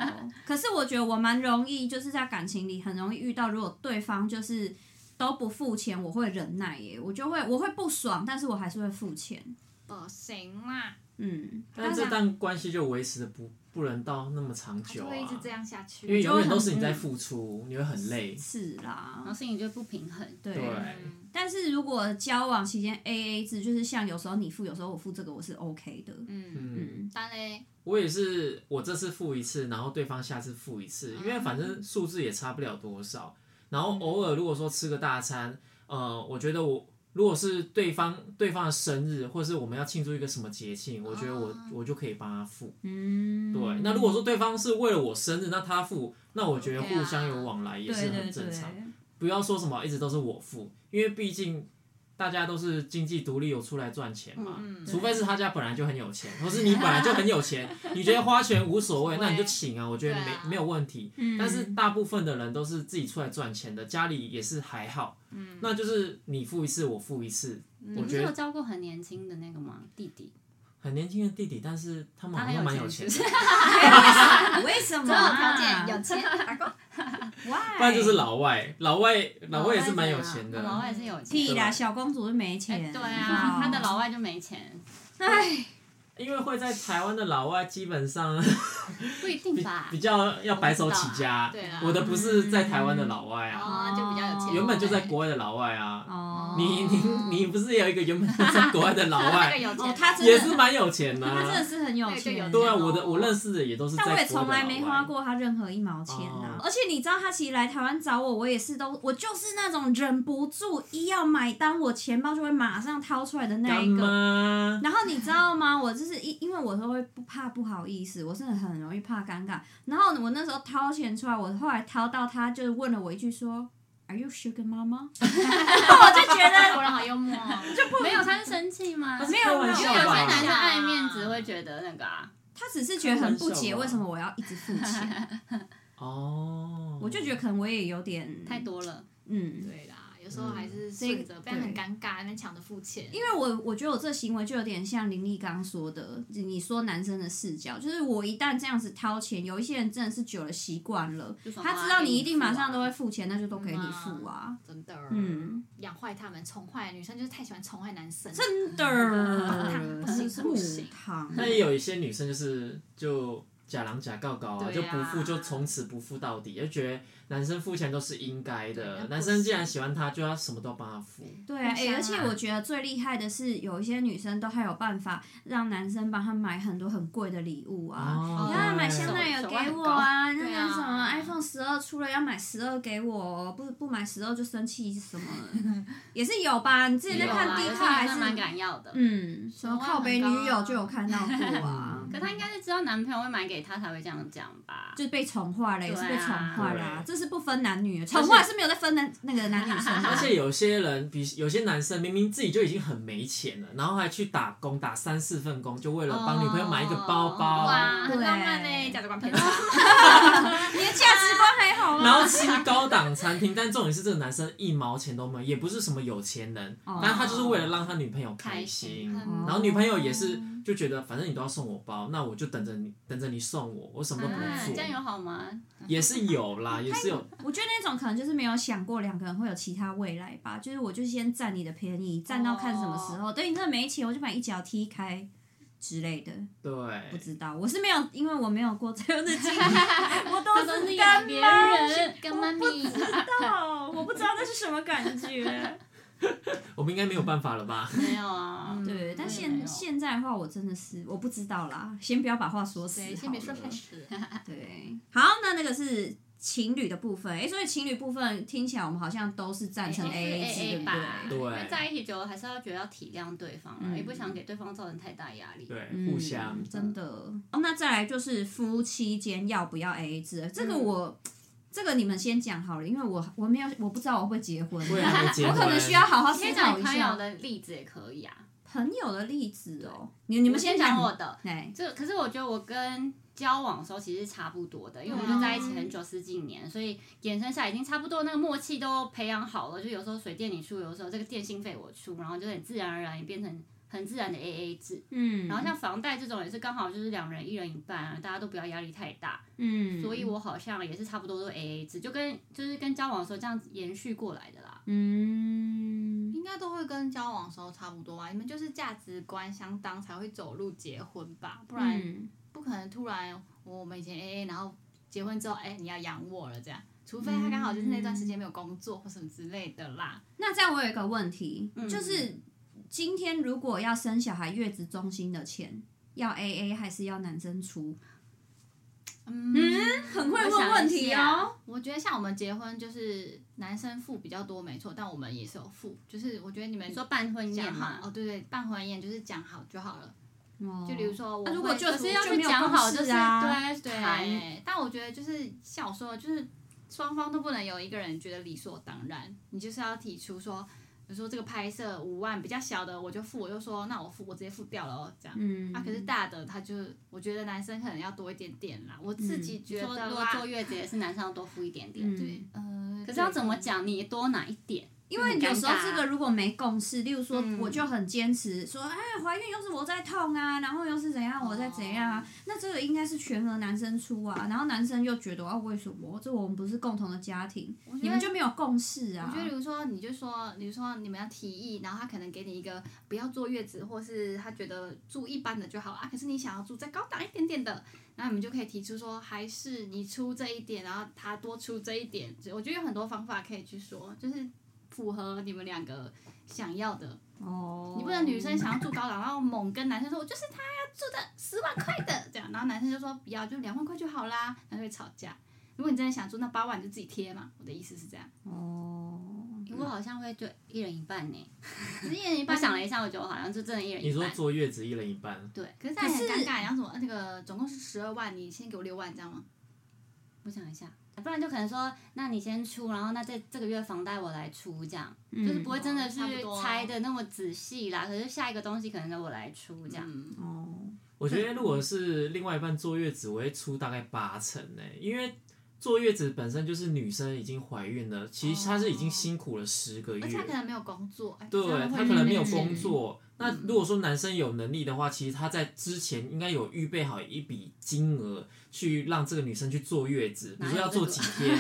Speaker 4: 可是我觉得我蛮容易，就是在感情里很容易遇到，如果对方就是都不付钱，我会忍耐耶，我就会我会不爽，但是我还是会付钱。
Speaker 2: 不行啦，
Speaker 4: 嗯，
Speaker 3: 啊
Speaker 1: 但这段关系就维持的不不能到那么长
Speaker 2: 还是
Speaker 1: 久
Speaker 2: 会一直
Speaker 1: 啊
Speaker 2: 这，样下去。
Speaker 1: 因为永远都是你在付出，你会很累，
Speaker 4: 是
Speaker 3: 然后
Speaker 4: 啦，
Speaker 3: 心里就不平衡。
Speaker 4: 对。
Speaker 1: 对
Speaker 2: 嗯
Speaker 4: 但是如果交往期间 A A 制，就是像有时候你付，有时候我付，这个我是 O、k 的。
Speaker 2: 嗯，
Speaker 1: 嗯。
Speaker 4: 嗯，
Speaker 2: 当然
Speaker 1: 我也是，我这次付一次，然后对方下次付一次，因为反正数字也差不了多少。然后偶尔如果说吃个大餐，呃，我觉得我如如果是对方对方的生日，或是我们要庆祝一个什么节庆，我觉得我、
Speaker 2: 哦
Speaker 1: 我就可以帮他付。
Speaker 4: 嗯，
Speaker 1: 对，那如果说对方是为了我生日，那他付，那我觉得
Speaker 2: OK 啊
Speaker 1: 互相有往来也
Speaker 4: 对
Speaker 1: 是
Speaker 4: 对
Speaker 1: 很
Speaker 4: 对
Speaker 1: 正常。不要说什么一直都是我付，因为毕竟大家都是经济独立有出来赚钱嘛。
Speaker 3: 嗯
Speaker 1: 除非是他家本来就很有钱，或是你本来就很有钱，你觉得花钱无所谓，
Speaker 2: 无所谓
Speaker 1: 那你就请啊，我觉得没、
Speaker 2: 对啊
Speaker 1: 没有问题。
Speaker 4: 嗯
Speaker 1: 但是大部分的人都是自己出来赚钱的，家里也是还好，那就是你付一次我付一次，
Speaker 3: 你
Speaker 1: 我
Speaker 3: 不是
Speaker 1: 觉
Speaker 3: 有
Speaker 1: 得
Speaker 3: 教过很年轻的那个吗？弟弟，
Speaker 1: 很年轻的弟弟，但是他们
Speaker 3: 他
Speaker 1: 好
Speaker 3: 很
Speaker 1: 像蛮
Speaker 3: 有
Speaker 1: 钱
Speaker 3: 钱
Speaker 1: 的，
Speaker 3: 是 不是
Speaker 4: 嗯 为什么
Speaker 2: 择偶条
Speaker 4: 啊？
Speaker 2: 件有钱，打 工
Speaker 4: 哇，
Speaker 1: 不然就是老外，老外老外也是蛮有钱
Speaker 3: 老
Speaker 1: 的，哦
Speaker 3: 外是有钱
Speaker 4: 屁
Speaker 3: 的。
Speaker 4: 啦，小公主是没
Speaker 3: 哎
Speaker 4: 钱。
Speaker 3: 对啊，
Speaker 4: 好
Speaker 3: 他的老外就没钱，
Speaker 1: 因为会在台湾的老外基本上
Speaker 3: 不一定
Speaker 1: 比
Speaker 3: 吧
Speaker 1: 比？较要白手起家
Speaker 2: 我不知道啊对啊，
Speaker 1: 我的不是在台湾的老外啊，
Speaker 2: 哦，就比较有钱。
Speaker 1: 原本就在
Speaker 2: 对
Speaker 1: 国外的老外啊，
Speaker 4: 哦，
Speaker 1: 你你你不是也有一个原本在国外的老
Speaker 2: 那个
Speaker 1: 外，
Speaker 2: 有钱
Speaker 4: 哦他真的
Speaker 1: 也是蛮有钱的、
Speaker 4: 他真的
Speaker 1: 啊。
Speaker 4: 是很有
Speaker 2: 那个就有
Speaker 4: 钱。
Speaker 2: 钱
Speaker 4: 哦
Speaker 1: 对啊，我的我认识的也都是在
Speaker 4: 但
Speaker 1: 国外
Speaker 4: 我也
Speaker 1: 的老
Speaker 4: 从来没花
Speaker 1: 外。
Speaker 4: 过他任何一毛钱呐、
Speaker 1: 哦
Speaker 4: 而且你知道，他其实来台湾找我，我也是都，我就是那种忍不住一要买单，我钱包就会马上掏出来的那
Speaker 1: 干
Speaker 4: 一个。
Speaker 1: 妈，
Speaker 4: 然后你知道吗？我就是因因为我都会不怕不好意思，我真的很容易怕尴尬。然后我那时候掏钱出来，我后来掏到他就是问了我一句说：“Are you sugar mama？” 我就觉得
Speaker 2: 国人好幽默哦，
Speaker 3: 没有，他是生气吗？
Speaker 1: 没
Speaker 4: 有
Speaker 1: 开玩
Speaker 4: 没
Speaker 3: 因
Speaker 1: 笑
Speaker 3: 为有些
Speaker 1: 吧
Speaker 3: 男生爱面子会觉得那个啊，
Speaker 4: 他只是觉得很不解，
Speaker 1: 开玩笑吧
Speaker 4: 为什么我要一直付钱？
Speaker 1: 哦，
Speaker 4: 我就觉得可能我也有点
Speaker 3: 太，多了。
Speaker 4: 嗯，
Speaker 2: 对啦，有时候还是顺着，不然很尴尬，那抢着付钱。
Speaker 4: 因为我我觉得我这行为就有点像林立刚说的，你说男生的视角，就是我一旦这样子掏钱，有一些人真的是久了习惯了，
Speaker 3: 就爽啊
Speaker 4: 他知道你一定马上都会付钱，那就都给你付啊，
Speaker 2: 真的，
Speaker 4: 嗯，
Speaker 2: 养坏他们，宠坏女生就是太喜欢宠坏男生，
Speaker 4: 真
Speaker 2: 嗯
Speaker 4: 的， 啊
Speaker 2: 不行不行
Speaker 4: 母汤
Speaker 1: 那也有一些女生就是就假狼假告告啊，
Speaker 2: 对啊
Speaker 1: 就不付就从此不付到底，就觉得男生付钱都是应该
Speaker 2: 对那
Speaker 1: 的，
Speaker 2: 不
Speaker 1: 男生既然喜欢她，就要什么都帮她付。
Speaker 4: 对啊，
Speaker 2: 互
Speaker 4: 哎、
Speaker 2: 相啊
Speaker 4: 而且我觉得最厉害的是，有一些女生都还有办法让男生帮她买很多很贵的礼物啊，
Speaker 1: 哦
Speaker 4: 你要买香奈儿给我啊，那
Speaker 2: 对
Speaker 4: 个
Speaker 2: 啊
Speaker 4: 什么 iPhone 十二出了要买十二给我哦，不不买十二就生气什么了，也是有吧？你之前在看
Speaker 3: 有
Speaker 4: D
Speaker 3: 啊有些
Speaker 4: 卡还
Speaker 3: 男生蛮
Speaker 4: 是
Speaker 3: 敢要的。
Speaker 4: 嗯，什么靠北女友就有看到过啊，
Speaker 3: 可他应该是知道男朋友会买给他才会这样讲吧？
Speaker 4: 就是被宠坏了，也是被宠坏
Speaker 1: 对
Speaker 4: 了
Speaker 1: 啊
Speaker 4: 啊，这是不分男女的，宠坏是没有在分男那个男女 生 的，
Speaker 1: 而且有些人比有些男生明明自己就已经很没钱了，然后还去打工打三四份工，就为了帮女朋友买一个包包，
Speaker 2: 哦哇，
Speaker 4: 对
Speaker 2: 很浪漫呢，价值 观偏差。
Speaker 4: 啊你的价值观还好
Speaker 1: 然
Speaker 4: 吗？
Speaker 1: 后吃高档餐厅。但重点是这个男生一毛钱都没有，也不是什么有钱人，
Speaker 4: 哦
Speaker 1: 但他就是为了让他女朋友开
Speaker 3: 开
Speaker 1: 心
Speaker 3: 心。
Speaker 4: 嗯
Speaker 1: 然后女朋友也是就觉得，反正你都要送我包，那我就等着你，等着你送我，我什么都不
Speaker 3: 啊，
Speaker 1: 做
Speaker 3: 这，样有好吗？
Speaker 1: 也是有啦，也是有。
Speaker 4: 我觉得那种可能就是没有想过两个人会有其他未来吧，就是我就先占你的便宜，占到看什么时候，等你真的没钱，我就把你一脚踢开之类的，
Speaker 1: 对，
Speaker 4: 不知道，我是没有，因为我没有过这样的经历，我
Speaker 3: 他
Speaker 4: 都
Speaker 3: 都
Speaker 4: 是
Speaker 3: 是
Speaker 4: 干
Speaker 3: 养别
Speaker 4: 妈，
Speaker 3: 人，干妈咪。
Speaker 4: 到我不知道那是什么感觉。
Speaker 1: 我们应该没有办法了吧？
Speaker 3: 没有啊
Speaker 2: 嗯，
Speaker 4: 对，但
Speaker 3: 我也没
Speaker 4: 现
Speaker 3: 有
Speaker 4: 现在的话，我真的是我不知道啦，先不要把话说死好了，
Speaker 2: 对，先别说太死。
Speaker 4: 对，好，那那个是情侣的部分，哎、所以情侣部分听起来我们好像都是赞成
Speaker 3: 都是
Speaker 4: A A 制，对
Speaker 3: AA
Speaker 4: 不
Speaker 3: 吧
Speaker 1: 对
Speaker 4: 对？
Speaker 3: 因为在一起久了还是要觉得要体谅对方啊，
Speaker 4: 嗯
Speaker 3: 也不想给对方造成太大压力。
Speaker 1: 对，
Speaker 4: 嗯
Speaker 1: 互相。
Speaker 4: 真的。哦，那再来就是夫妻间要不要 AA 制？这个我。
Speaker 3: 嗯
Speaker 4: 这个你们先讲好了，因为我我没有我不知道我会不会结婚，
Speaker 1: 我也啊还没结婚
Speaker 4: 我可能需要好好
Speaker 3: 你可
Speaker 4: 思
Speaker 3: 以
Speaker 4: 考
Speaker 3: 讲
Speaker 4: 一
Speaker 3: 你朋友
Speaker 4: 下
Speaker 3: 的例子也可以啊。
Speaker 4: 朋友的例子哦。你你们先讲
Speaker 3: 我我，的，
Speaker 4: 哎，
Speaker 3: 就可是我觉得我跟交往的时候其实是差不多的，因为我们就在一起很
Speaker 4: 嗯
Speaker 3: 久十几年，所以衍生下来已经差不多那个默契都培养好了。就有时候水电你出，有时候这个电信费我出，然后就很自然而然也变成很自然的 A A 制。
Speaker 4: 嗯，
Speaker 3: 然后像房贷这种也是刚好就是两人一人一半啊，大家都不要压力太大。
Speaker 4: 嗯，
Speaker 3: 所以我好像也是差不多都 A A 制，就跟就是跟交往的时候这样延续过来的啦。
Speaker 4: 嗯，
Speaker 2: 应该都会跟交往的时候差不多啊吧？你们就是价值观相当才会走入结婚吧，不然
Speaker 4: 嗯
Speaker 2: 不可能突然我们以前 A A，然后结婚之后，哎、你要养我了这样，除非他刚好就是那段时间没有工作或什么之类的啦。
Speaker 4: 那这样我有一个问题，
Speaker 3: 嗯
Speaker 4: 就是今天如果要生小孩，月子中心的钱要 A A 还是要男生出？
Speaker 2: 嗯，
Speaker 4: 很会问问题
Speaker 3: 啊
Speaker 4: 哦。
Speaker 2: 我觉得像我们结婚就是男生付比较多，没错，但我们也是有付，就是我觉得你们
Speaker 3: 你说办婚宴
Speaker 2: 嗯讲好
Speaker 3: 嘛
Speaker 2: 哦，，对对，办婚宴就是讲好就好了。
Speaker 4: 就
Speaker 2: 就比如，说我
Speaker 4: 哦那
Speaker 2: 会，
Speaker 4: 啊如果就
Speaker 2: 可
Speaker 4: 是
Speaker 2: 是要
Speaker 4: 就
Speaker 2: 去
Speaker 4: 没有
Speaker 3: 讲
Speaker 4: 共
Speaker 3: 好
Speaker 4: 识
Speaker 3: 就是
Speaker 4: 啊，
Speaker 2: 对
Speaker 3: 谈
Speaker 2: 对，但我觉得就是像我说的，就是双方都不能有一个人觉得理所当然，你就是要提出说，比如说这个拍摄五万比较小的我就付，我就说那我付，我直接付掉了哦，这样。
Speaker 4: 嗯
Speaker 2: 啊，可是大的他就是，我觉得男生可能要多一点点啦，我自己觉
Speaker 3: 说
Speaker 2: 得
Speaker 3: 如果
Speaker 2: 啦，
Speaker 3: 坐月子也是男生要多付一点点，
Speaker 4: 嗯
Speaker 2: 对，呃，
Speaker 3: 可是要
Speaker 2: 对
Speaker 3: 怎么？讲你多拿一点？
Speaker 4: 因
Speaker 2: 嗯
Speaker 4: 为有时候
Speaker 3: 很尴尬
Speaker 4: 这个如果没共识，例如说
Speaker 3: 嗯
Speaker 4: 我就很坚持说，哎，怀孕又是我在痛啊，然后又是怎样我在怎样啊，
Speaker 2: 哦
Speaker 4: 那这个应该是全额男生出啊，然后男生又觉得啊，为什么这我们不是共同的家庭，
Speaker 2: 我觉
Speaker 4: 你们
Speaker 2: 得
Speaker 4: 就没有共识啊
Speaker 2: 我觉？得，比如说，你就说，比如说你们要提议，然后他可能给你一个不要坐月子，或是他觉得住一般的就好啊。可是你想要住再高档一点点的，然后你们就可以提出说，还是你出这一点，然后他多出这一点。我觉得有很多方法可以去说，就是符合你们两个想要的。
Speaker 4: 哦，
Speaker 2: 你不能女生想要住高档，然后猛跟男生说，我就是他要住的十万块的这样，然后男生就说不要，就两万块就好啦，然后就会吵架。如果你真的想住，那八万你就自己贴嘛。我的意思是这样，
Speaker 4: 哦，
Speaker 3: 我好像会就一人一半呢。
Speaker 2: 可是一人一
Speaker 3: 我
Speaker 2: 半
Speaker 3: 想了一下，我觉得我好像就真的一人
Speaker 1: 你
Speaker 3: 一
Speaker 1: 说
Speaker 3: 半。
Speaker 1: 坐月子一人一半，
Speaker 3: 对，
Speaker 2: 可是这样也很
Speaker 4: 可是
Speaker 2: 尴尬，你要什么？呃那个总共是十二万，你先给我六万，这样吗？
Speaker 3: 我想一下，不然就可能说，那你先出，然后那这这个月房贷我来出，这样、就是不会真的去
Speaker 2: 差不多
Speaker 3: 拆的那么仔细啦。可是下一个东西可能我来出这样。
Speaker 2: 嗯，
Speaker 4: 哦，
Speaker 1: 我觉得如果是另外一半坐月子，我会出大概八成呢、因为坐月子本身就是女生已经怀孕了，其实她是已经辛苦了十个月，
Speaker 2: 而且他可能没有工作，哎
Speaker 1: 对
Speaker 2: 这样会
Speaker 1: 他可能没有
Speaker 2: 不会
Speaker 1: 工作。那如果说男生有能力的话，其实他在之前应该有预备好一笔金额，去让这个女生去坐月子，比如说要坐几天。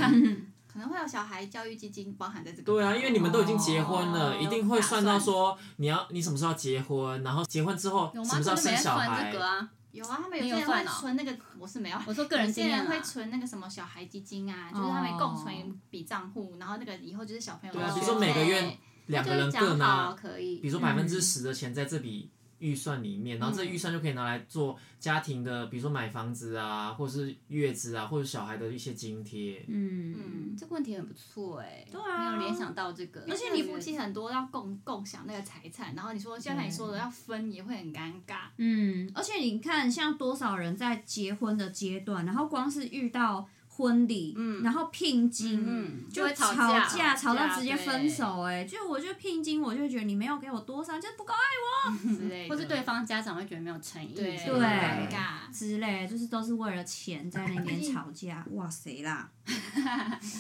Speaker 2: 可能会有小孩教育基金包含在这个。
Speaker 1: 对啊，因为你们都已经结婚了，
Speaker 2: 哦
Speaker 1: 一定会算到说你要你什么时候要结婚，然后结婚之后
Speaker 3: 有
Speaker 1: 嗯什
Speaker 3: 吗？
Speaker 1: 么时候
Speaker 3: 就没
Speaker 1: 生
Speaker 3: 在
Speaker 1: 小
Speaker 3: 算
Speaker 1: 孩
Speaker 3: 这。个啊。
Speaker 2: 有啊，他们有些
Speaker 3: 你有
Speaker 2: 人
Speaker 3: 算
Speaker 2: 会
Speaker 3: 哦
Speaker 2: 存那个，我是没有，
Speaker 3: 我说个人
Speaker 2: 有
Speaker 3: 经
Speaker 2: 些
Speaker 3: 验啊
Speaker 2: 人
Speaker 3: 啦
Speaker 2: 会。存那个什么小孩基金啊，就是他们共存一笔账户，然后那个以后就是小朋友
Speaker 1: 对
Speaker 2: 的
Speaker 1: 啊，
Speaker 2: 学
Speaker 1: 比
Speaker 2: 费。
Speaker 1: 如说每个月两个人各
Speaker 3: 就是讲好
Speaker 1: 拿，
Speaker 3: 可
Speaker 1: 比
Speaker 3: 以。
Speaker 1: 如说百分之十的钱在这笔预算里面，然后这预算就可以拿来做家庭的，比如说买房子啊，或是月子啊，或者小孩的一些津贴。
Speaker 4: 嗯，
Speaker 2: 嗯，
Speaker 3: 这个问题很不错哎，
Speaker 4: 对啊
Speaker 3: 没有联想到这个。
Speaker 2: 而且你夫妻很多要共共享那个财产，然后你说就像你说的要分也会很尴尬。
Speaker 4: 嗯，而且你看，像多少人在结婚的阶段，然后光是遇到婚礼，嗯，然后聘金，
Speaker 3: 嗯
Speaker 4: 就
Speaker 3: 就会
Speaker 4: 吵
Speaker 3: 吵架
Speaker 4: 架，吵
Speaker 2: 吵
Speaker 4: 到
Speaker 2: 架
Speaker 4: 直接分手、哎，就我就聘金，我就觉得你没有给我多少，就是不够啊爱
Speaker 2: 之类的，
Speaker 3: 或是对方家长会觉得没有诚意，
Speaker 2: 对
Speaker 3: 什
Speaker 4: 对
Speaker 3: 么的
Speaker 2: 尴尬。
Speaker 4: 我之类，就是都是为了钱在那边吵架，哇塞啦，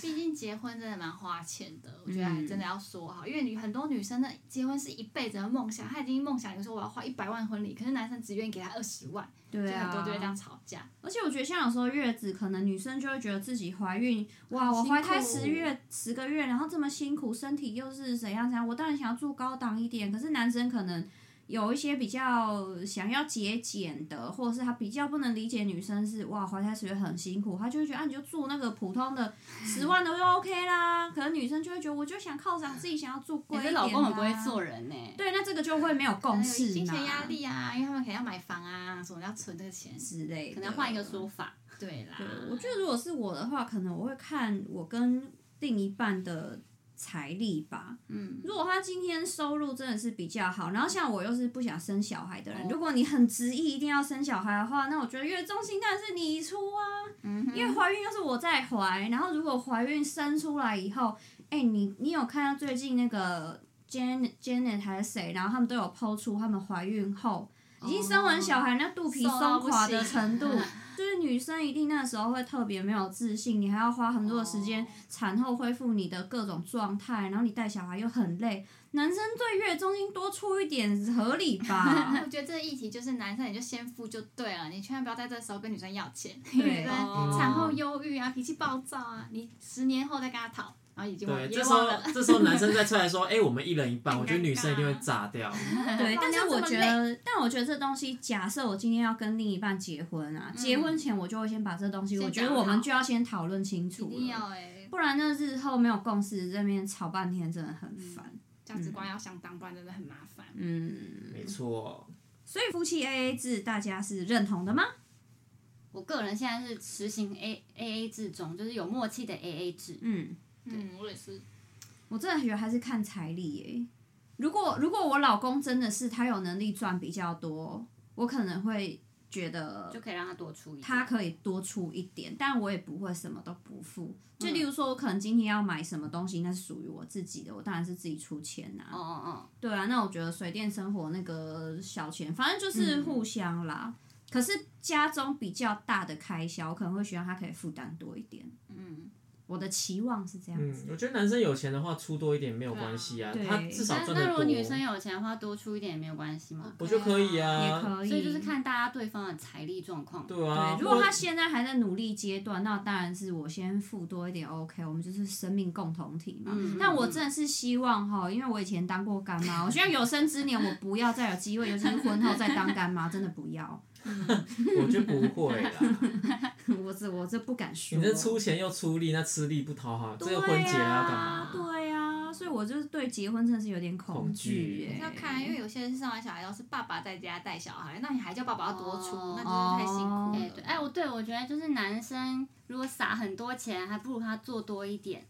Speaker 2: 毕竟结婚真的蛮花钱的，我觉得还真的要说好，因为女很多女生的结婚是一辈子的梦想，她已经梦想，有时候我要花一百万婚礼，可是男生只愿意给她二十万，
Speaker 4: 对
Speaker 2: 就很多
Speaker 4: 啊
Speaker 2: 就，会这样吵架。
Speaker 4: 而且我觉得像有时候月子，可能女生就会觉得自己怀孕，哇，我
Speaker 2: 辛苦
Speaker 4: 怀胎十月十个月，然后这么辛苦，身体又是怎样怎样，我当然想要住高档一点。可是男生可能有一些比较想要节俭的，或者是他比较不能理解女生是哇怀胎十月很辛苦，他就会觉得啊你就住那个普通 的十万的就 OK 啦。可能女生就会觉得我就想犒赏自己，想要住贵
Speaker 3: 欸可
Speaker 4: 一点、
Speaker 3: 是
Speaker 4: 啊。
Speaker 3: 老公很不会做哎人欸呢、
Speaker 4: 对，那这个就会没有共识嘛，
Speaker 2: 金钱压力啊，因为他们可能要买房啊，什么要存这个钱。
Speaker 4: 之类的，
Speaker 3: 可能要换一啊个说法。
Speaker 2: 对啦
Speaker 4: 对，，我觉得如果是我的话，可能我会看我跟另一半的财力吧。
Speaker 2: 嗯，
Speaker 4: 如果他今天收入真的是比较好，然后像我又是不想生小孩的人，
Speaker 2: 哦
Speaker 4: 如果你很执意一定要生小孩的话，那我觉得月中心当然是你出啊，
Speaker 2: 嗯
Speaker 4: 因为怀孕又是我在怀，然后如果怀孕生出来以后，哎、你你有看到最近那个 Janet Janet 还是谁，然后他们都有抛出他们怀孕后。已经生完小孩，那肚皮
Speaker 2: 瘦到
Speaker 4: 松
Speaker 2: 哦不
Speaker 4: 垮的
Speaker 2: 行
Speaker 4: 程度， 就是女生一定那时候会特别没有自信，你还要花很多的时间
Speaker 2: 哦
Speaker 4: 产后恢复你的各种状态，然后你带小孩又很累。男生对月中心多出一点合理 吧？
Speaker 2: 我觉得这个议题就是男生你就先付就对了，你千万不要在这时候跟女生要钱， 因为
Speaker 4: 对
Speaker 2: 女生
Speaker 3: 哦
Speaker 2: 产后忧郁啊，脾气暴躁啊，你十年后再跟她讨，然后已经忘
Speaker 1: 对，
Speaker 2: 也
Speaker 1: 这时候
Speaker 2: 忘了。
Speaker 1: 这时候男生再出来说，哎、我们一人一半，
Speaker 2: 很
Speaker 1: 我觉得
Speaker 2: 尴
Speaker 1: 女生一定会
Speaker 2: 尬
Speaker 1: 炸掉。
Speaker 4: 对，但是我
Speaker 2: 这么
Speaker 4: 觉得，但我觉得这东西，假设我今天要跟另一半结婚啊，结婚前我就会先把这东西，
Speaker 2: 嗯先
Speaker 4: 我觉得
Speaker 2: 讲
Speaker 4: 我们
Speaker 2: 好
Speaker 4: 就要先讨论清
Speaker 2: 一
Speaker 4: 楚
Speaker 2: 定
Speaker 4: 了，
Speaker 2: 要哎、
Speaker 4: 不然那日后没有共识，这边吵半天真的很烦。
Speaker 2: 价值观要相当，不然真的很麻烦。
Speaker 4: 嗯，
Speaker 1: 没错，
Speaker 4: 所以夫妻 AA 制大家是认同的吗？
Speaker 3: 我个人现在是实行 A A A 制中，就是有默契的 A A 制。
Speaker 4: 嗯，
Speaker 2: 嗯，我也是。
Speaker 4: 我真的觉得还是看财力耶、如果如果我老公真的是他有能力赚比较多，我可能会觉得
Speaker 3: 就可以让他多出一点。
Speaker 4: 他可以多出一点，但我也不会什么都不付。就例如说，我可能今天要买什么东西，那是属于我自己的，我当然是自己出钱啊呐、
Speaker 3: 哦哦
Speaker 4: 对啊，那我觉得水电生活那个小钱，反正
Speaker 3: 嗯
Speaker 4: 就是互相啦。可是家中比较大的开销，我可能会希望他可以负担多一点。
Speaker 3: 哦，嗯，
Speaker 4: 我的期望是这样
Speaker 1: 嗯
Speaker 4: 子。，
Speaker 1: 我觉得男生有钱的话出多一点没有关系啊，
Speaker 4: 对啊
Speaker 1: 他
Speaker 4: 对
Speaker 1: 至少
Speaker 3: 那
Speaker 1: 赚
Speaker 3: 那
Speaker 1: 得
Speaker 3: 如果
Speaker 1: 多。
Speaker 3: 女生有钱的话，多出一点也没有关系嘛。
Speaker 1: 我觉得可以
Speaker 4: 也
Speaker 1: 啊，
Speaker 4: 可以，
Speaker 3: 所以就是看大家对方的财力状况。
Speaker 1: 对啊
Speaker 4: 对。，如果
Speaker 1: 或
Speaker 4: 他现在还在努力阶段，那当然是我先付多一点，OK，我们就是生命共同体嘛。
Speaker 3: 嗯
Speaker 4: 但我真的是希望哈，因为我以前当过干妈，我希望有生之年我不要再有机会，尤其是婚后再当干妈，真的不要。
Speaker 1: 我觉得不会啦，
Speaker 4: 我这我这不敢说。
Speaker 1: 你这出钱又出力，那吃力不讨好，这个婚结了要干嘛？
Speaker 4: 对啊对啊，所以我就是对结婚真的是有点恐惧耶、
Speaker 2: 要看，因为有些人生完小孩都是爸爸在家带小孩，那你还叫爸爸要多出，
Speaker 3: 哦
Speaker 2: 那真是太辛苦了。欸
Speaker 3: 哎、对，哎、我对我觉得就是男生如果撒很多钱，还不如他做多一点，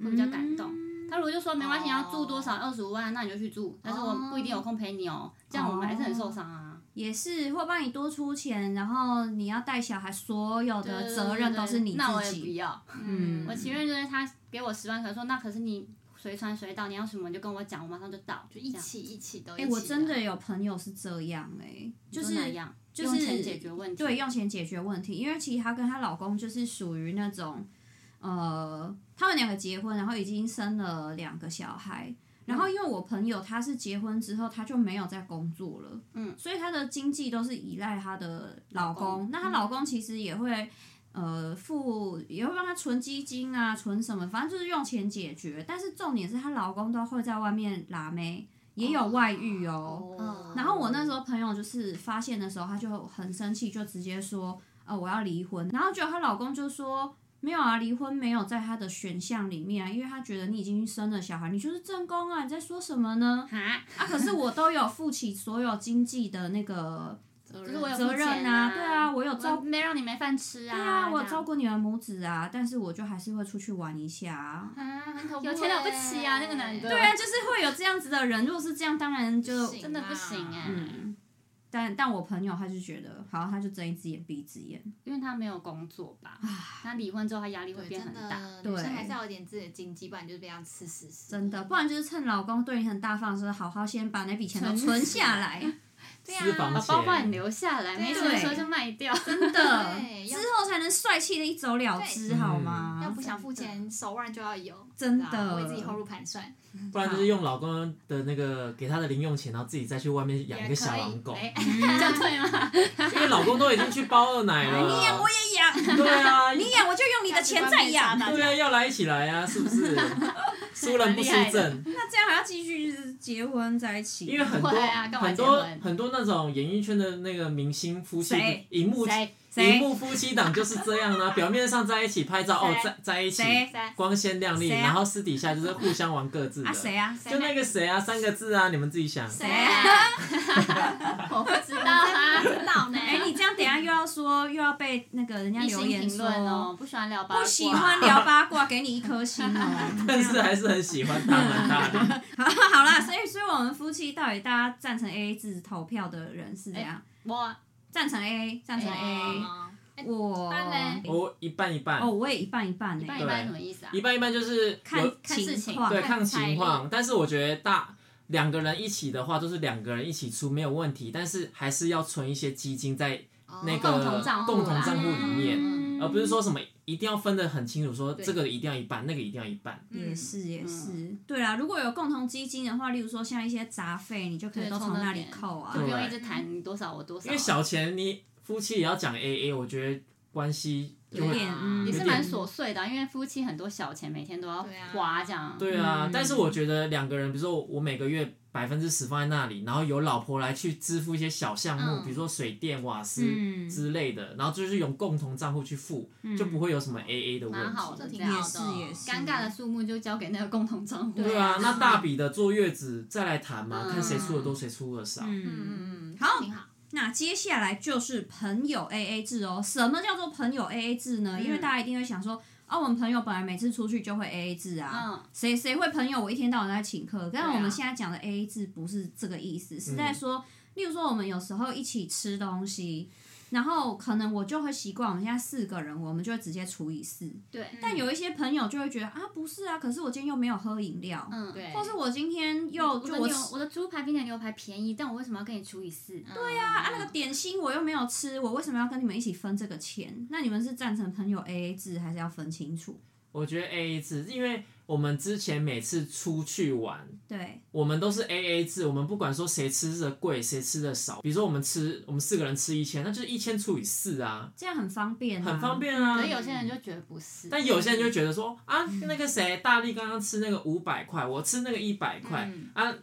Speaker 3: 会比较感动。
Speaker 4: 嗯
Speaker 3: 他如果就说没关系，你要住多少二十五万，那你就去住，但是我不一定有空陪你哦，这样我们还是很受伤啊。
Speaker 4: 也是会帮你多出钱，然后你要带小孩，所有的哦责任都是你
Speaker 3: 那我
Speaker 4: 自
Speaker 3: 也不
Speaker 4: 己。
Speaker 3: 要。
Speaker 4: 嗯
Speaker 3: 我情愿就是他给我十万，可能说那可是你随传随到，你要什么你就跟我讲，我马上就到，就
Speaker 2: 一起一起都一
Speaker 4: 哎、
Speaker 2: 起。
Speaker 4: 我真
Speaker 3: 啊
Speaker 4: 的有朋友是这样哎、就是
Speaker 3: 那样，
Speaker 4: 就
Speaker 3: 用
Speaker 4: 是
Speaker 3: 钱解决问题。
Speaker 4: 对，用钱解决问题。因为其实她跟她老公就是属于那种，呃，他们两个结婚，然后已经生了两个小孩。然后因为我朋友她是结婚之后，她就没有再工作了，嗯，所以她的经济都是依赖她的老公。嗯
Speaker 3: 老公
Speaker 4: 那她老公其实也会。呃，付也会帮她存基金啊，存什么，反正就是用钱解决。但是重点是她老公都会在外面拉妹，也有外遇哦
Speaker 2: 嗯
Speaker 4: 然后我那时候朋友就是发现的时候，她就很生气，就直接说：“呃，我要离婚。”然后结果她老公就说：“没有啊，离婚没有在她的选项里面啊，因为她觉得你已经生了小孩，你就是正宫啊，你在说什么呢？
Speaker 3: 哈，
Speaker 4: 啊，可是我都有负起所有经济的那个
Speaker 2: 责
Speaker 3: 可是我有
Speaker 2: 任
Speaker 3: 付
Speaker 4: 责
Speaker 3: 钱
Speaker 4: 任
Speaker 3: 啊，
Speaker 4: 对啊，我有照
Speaker 3: 我没让你没饭吃啊，
Speaker 4: 对啊，我有
Speaker 3: 这样
Speaker 4: 照顾你们母子啊，但是我就还是会出去玩一下啊。”
Speaker 2: 啊，很可怖。
Speaker 3: 有钱了不起啊那个男的
Speaker 4: 对啊，就是会有这样子的人。如果是这样，当然就
Speaker 2: 行啊
Speaker 3: 真的不行哎、
Speaker 4: 嗯，但但我朋友他就觉得，好，他就睁一只眼闭一只眼。
Speaker 3: 因为他没有工作吧，他离婚之后他压力会
Speaker 2: 对，
Speaker 3: 变
Speaker 2: 真
Speaker 3: 很大。
Speaker 2: 的，女
Speaker 4: 对
Speaker 2: 生还是要有点自己的经济，不然你就被这样吃死死。
Speaker 4: 真的，不然就是趁老公对你很大方的时候，好好先把那笔钱都存下来。
Speaker 2: 对
Speaker 1: 私
Speaker 2: 啊
Speaker 1: 房，
Speaker 3: 把包包你留下来，
Speaker 2: 对
Speaker 3: 没钱的时候就卖掉。
Speaker 4: 真的，
Speaker 2: 对
Speaker 4: 之
Speaker 2: 要嗯
Speaker 4: 后才能帅气的一走了之，
Speaker 1: 对
Speaker 4: 好吗？
Speaker 2: 要不想付钱，手腕就要有，
Speaker 4: 真
Speaker 2: 对啊
Speaker 4: 的
Speaker 2: 为自己后路盘算。
Speaker 1: 不然就是用老公的那个给他的零用钱，然后自己再去外面养一个小狼狗，嗯
Speaker 3: 哎， 这样对吗？
Speaker 1: 因为老公都已经去包二奶
Speaker 4: 哎你养
Speaker 1: 了
Speaker 4: 我。也养，
Speaker 1: 对啊，
Speaker 4: 你养我就用你的钱再养。
Speaker 1: 对啊，要来一起来啊，是不 是？输人不输阵，
Speaker 4: 那这样还要继续就是结婚在一起？
Speaker 1: 因为 很多
Speaker 3: 不会啊干嘛
Speaker 1: 很
Speaker 3: 结
Speaker 1: 多
Speaker 3: 婚
Speaker 1: 很多那种演艺圈的那个明星夫妻
Speaker 4: 谁，
Speaker 1: 荧幕
Speaker 3: 谁？
Speaker 1: 荧
Speaker 4: 谁
Speaker 1: 幕夫妻档就是这样 啊，表面上在一起拍照哦，
Speaker 2: 谁
Speaker 1: 在在一起
Speaker 4: 谁
Speaker 2: 三
Speaker 1: 光鲜亮丽，
Speaker 4: 谁啊
Speaker 1: 然后私底下就是互相玩各自的。
Speaker 4: 啊谁啊？
Speaker 1: 就那个谁啊，三个字啊，你们自己想。
Speaker 4: 谁
Speaker 3: 啊？我不知道啊，
Speaker 2: 不知道呢。
Speaker 4: 哎，你这样等一下又要说又要被那个人家
Speaker 3: 一
Speaker 4: 留
Speaker 3: 心
Speaker 4: 言
Speaker 3: 评
Speaker 4: 说
Speaker 3: 论哦，，不喜欢聊八卦，
Speaker 4: 不喜欢 聊八卦，给你一颗星哦。
Speaker 1: 但是还是很喜欢 他蛮大的。
Speaker 4: 好，啊好啦，所以所以我们夫妻到底大家赞成 AA 制投票的人是怎样？
Speaker 3: 我
Speaker 4: 赞成 A，赞
Speaker 2: 哎
Speaker 4: 成 A，
Speaker 2: 哦哎
Speaker 4: 我
Speaker 2: 那嘞
Speaker 1: 我哦一半一半，
Speaker 4: 哦，我也一半一半
Speaker 3: 一
Speaker 4: 呢
Speaker 3: 半一，半是什么意思啊？
Speaker 1: 一半一半就是
Speaker 4: 看
Speaker 1: 有
Speaker 3: 看事情
Speaker 4: 况
Speaker 1: 对
Speaker 2: 看
Speaker 1: 看
Speaker 2: 财
Speaker 1: 情
Speaker 2: 力
Speaker 1: 况，但是我觉得大两个人一起的话，就是两个人一起出没有问题，但是还是要存一些基金在
Speaker 2: 哦
Speaker 1: 那
Speaker 3: 共同
Speaker 1: 个
Speaker 3: 账户
Speaker 1: 共同
Speaker 3: 啦
Speaker 1: 账户里面，
Speaker 3: 嗯
Speaker 1: 而不是说什么一定要分得很清楚，说
Speaker 2: 对
Speaker 1: 这个一定要一半，那个一定要一半。
Speaker 4: 嗯也是
Speaker 3: 嗯
Speaker 4: 也是，对啦，如果有共同基金的话，例如说像一些杂费，你就可以
Speaker 3: 对
Speaker 4: 都
Speaker 3: 从
Speaker 4: 从
Speaker 3: 那
Speaker 4: 那里
Speaker 3: 边
Speaker 4: 扣
Speaker 3: 就
Speaker 4: 啊
Speaker 1: 对。
Speaker 3: 不用一直谈你多少我多少啊，
Speaker 1: 因为小钱你夫妻也要讲 A A，我觉得关系就
Speaker 4: 有
Speaker 1: 会
Speaker 4: 点嗯
Speaker 3: 也是
Speaker 1: 有点
Speaker 3: 蛮琐碎的啊，因为夫妻很多小钱每天都要
Speaker 2: 对啊
Speaker 3: 花这样。
Speaker 1: 对啊，
Speaker 4: 嗯
Speaker 1: 但是我觉得两个人，比如说我每个月百分之十放在那里，然后由老婆来去支付一些小项目，
Speaker 2: 嗯
Speaker 1: 比如说水电、瓦斯
Speaker 4: 嗯
Speaker 1: 之类的，然后就是用共同账户去付，就不会有什么 AA 的问
Speaker 3: 嗯蛮
Speaker 1: 题。
Speaker 3: 好
Speaker 2: 这
Speaker 3: 的，这
Speaker 2: 挺
Speaker 3: 样
Speaker 2: 嗯好
Speaker 4: 也
Speaker 2: 的
Speaker 4: 是也是，
Speaker 3: 嗯尴尬的数目就交给那个共同账户。
Speaker 1: 对啊，那大笔的坐月子再来谈嘛，
Speaker 3: 嗯
Speaker 1: 看谁出的多，谁出的少。
Speaker 4: 嗯，
Speaker 2: 嗯嗯嗯，
Speaker 4: 好
Speaker 2: 挺好。
Speaker 4: 那接下来就是朋友 A A 制哦。什么叫做朋友 A A 制
Speaker 3: 嗯
Speaker 4: 呢？因为大家一定会想说，啊，我们朋友本来每次出去就会 A A 制啊，
Speaker 3: 嗯
Speaker 4: 谁谁会朋友我一天到晚都在请客？但
Speaker 3: 啊嗯
Speaker 4: 我们现在讲的 A A 制不是这个意思，是在说，例如说我们有时候一起吃东西。然后可能我就会习惯，我们现在四个人，我们就会直接除以四。
Speaker 3: 对，
Speaker 4: 但有一些朋友就会觉得啊，不是啊，可是我今天又没有喝饮料，
Speaker 3: 嗯，
Speaker 2: 对
Speaker 4: 或是我今天
Speaker 3: 我
Speaker 4: 又就
Speaker 3: 的
Speaker 4: 我
Speaker 3: 牛我的猪排比你的牛排便宜，但我为什么要跟你除以四？
Speaker 2: 对
Speaker 4: 啊啊，
Speaker 1: 嗯
Speaker 4: 那个点心我又没有吃，我为什么要跟你们一起分这个钱？那你们是赞成朋友 A A 制，还是要分清楚？
Speaker 1: 我觉得 A A 制，因为我们之前每次出去玩，
Speaker 4: 对，
Speaker 1: 我们都是 A A 制，我们不管说谁吃的贵，谁吃的少。比如说我们吃，我们四个人吃一千，那就是一千除以四啊，
Speaker 4: 这样很方便、啊，
Speaker 1: 很方。便啊
Speaker 3: 可是。有些人就觉得不是，
Speaker 1: 但有些人就会觉得说啊，
Speaker 3: 嗯
Speaker 1: 那个谁大力刚刚吃那个五百块，我吃那个一百块
Speaker 2: 嗯
Speaker 1: 啊，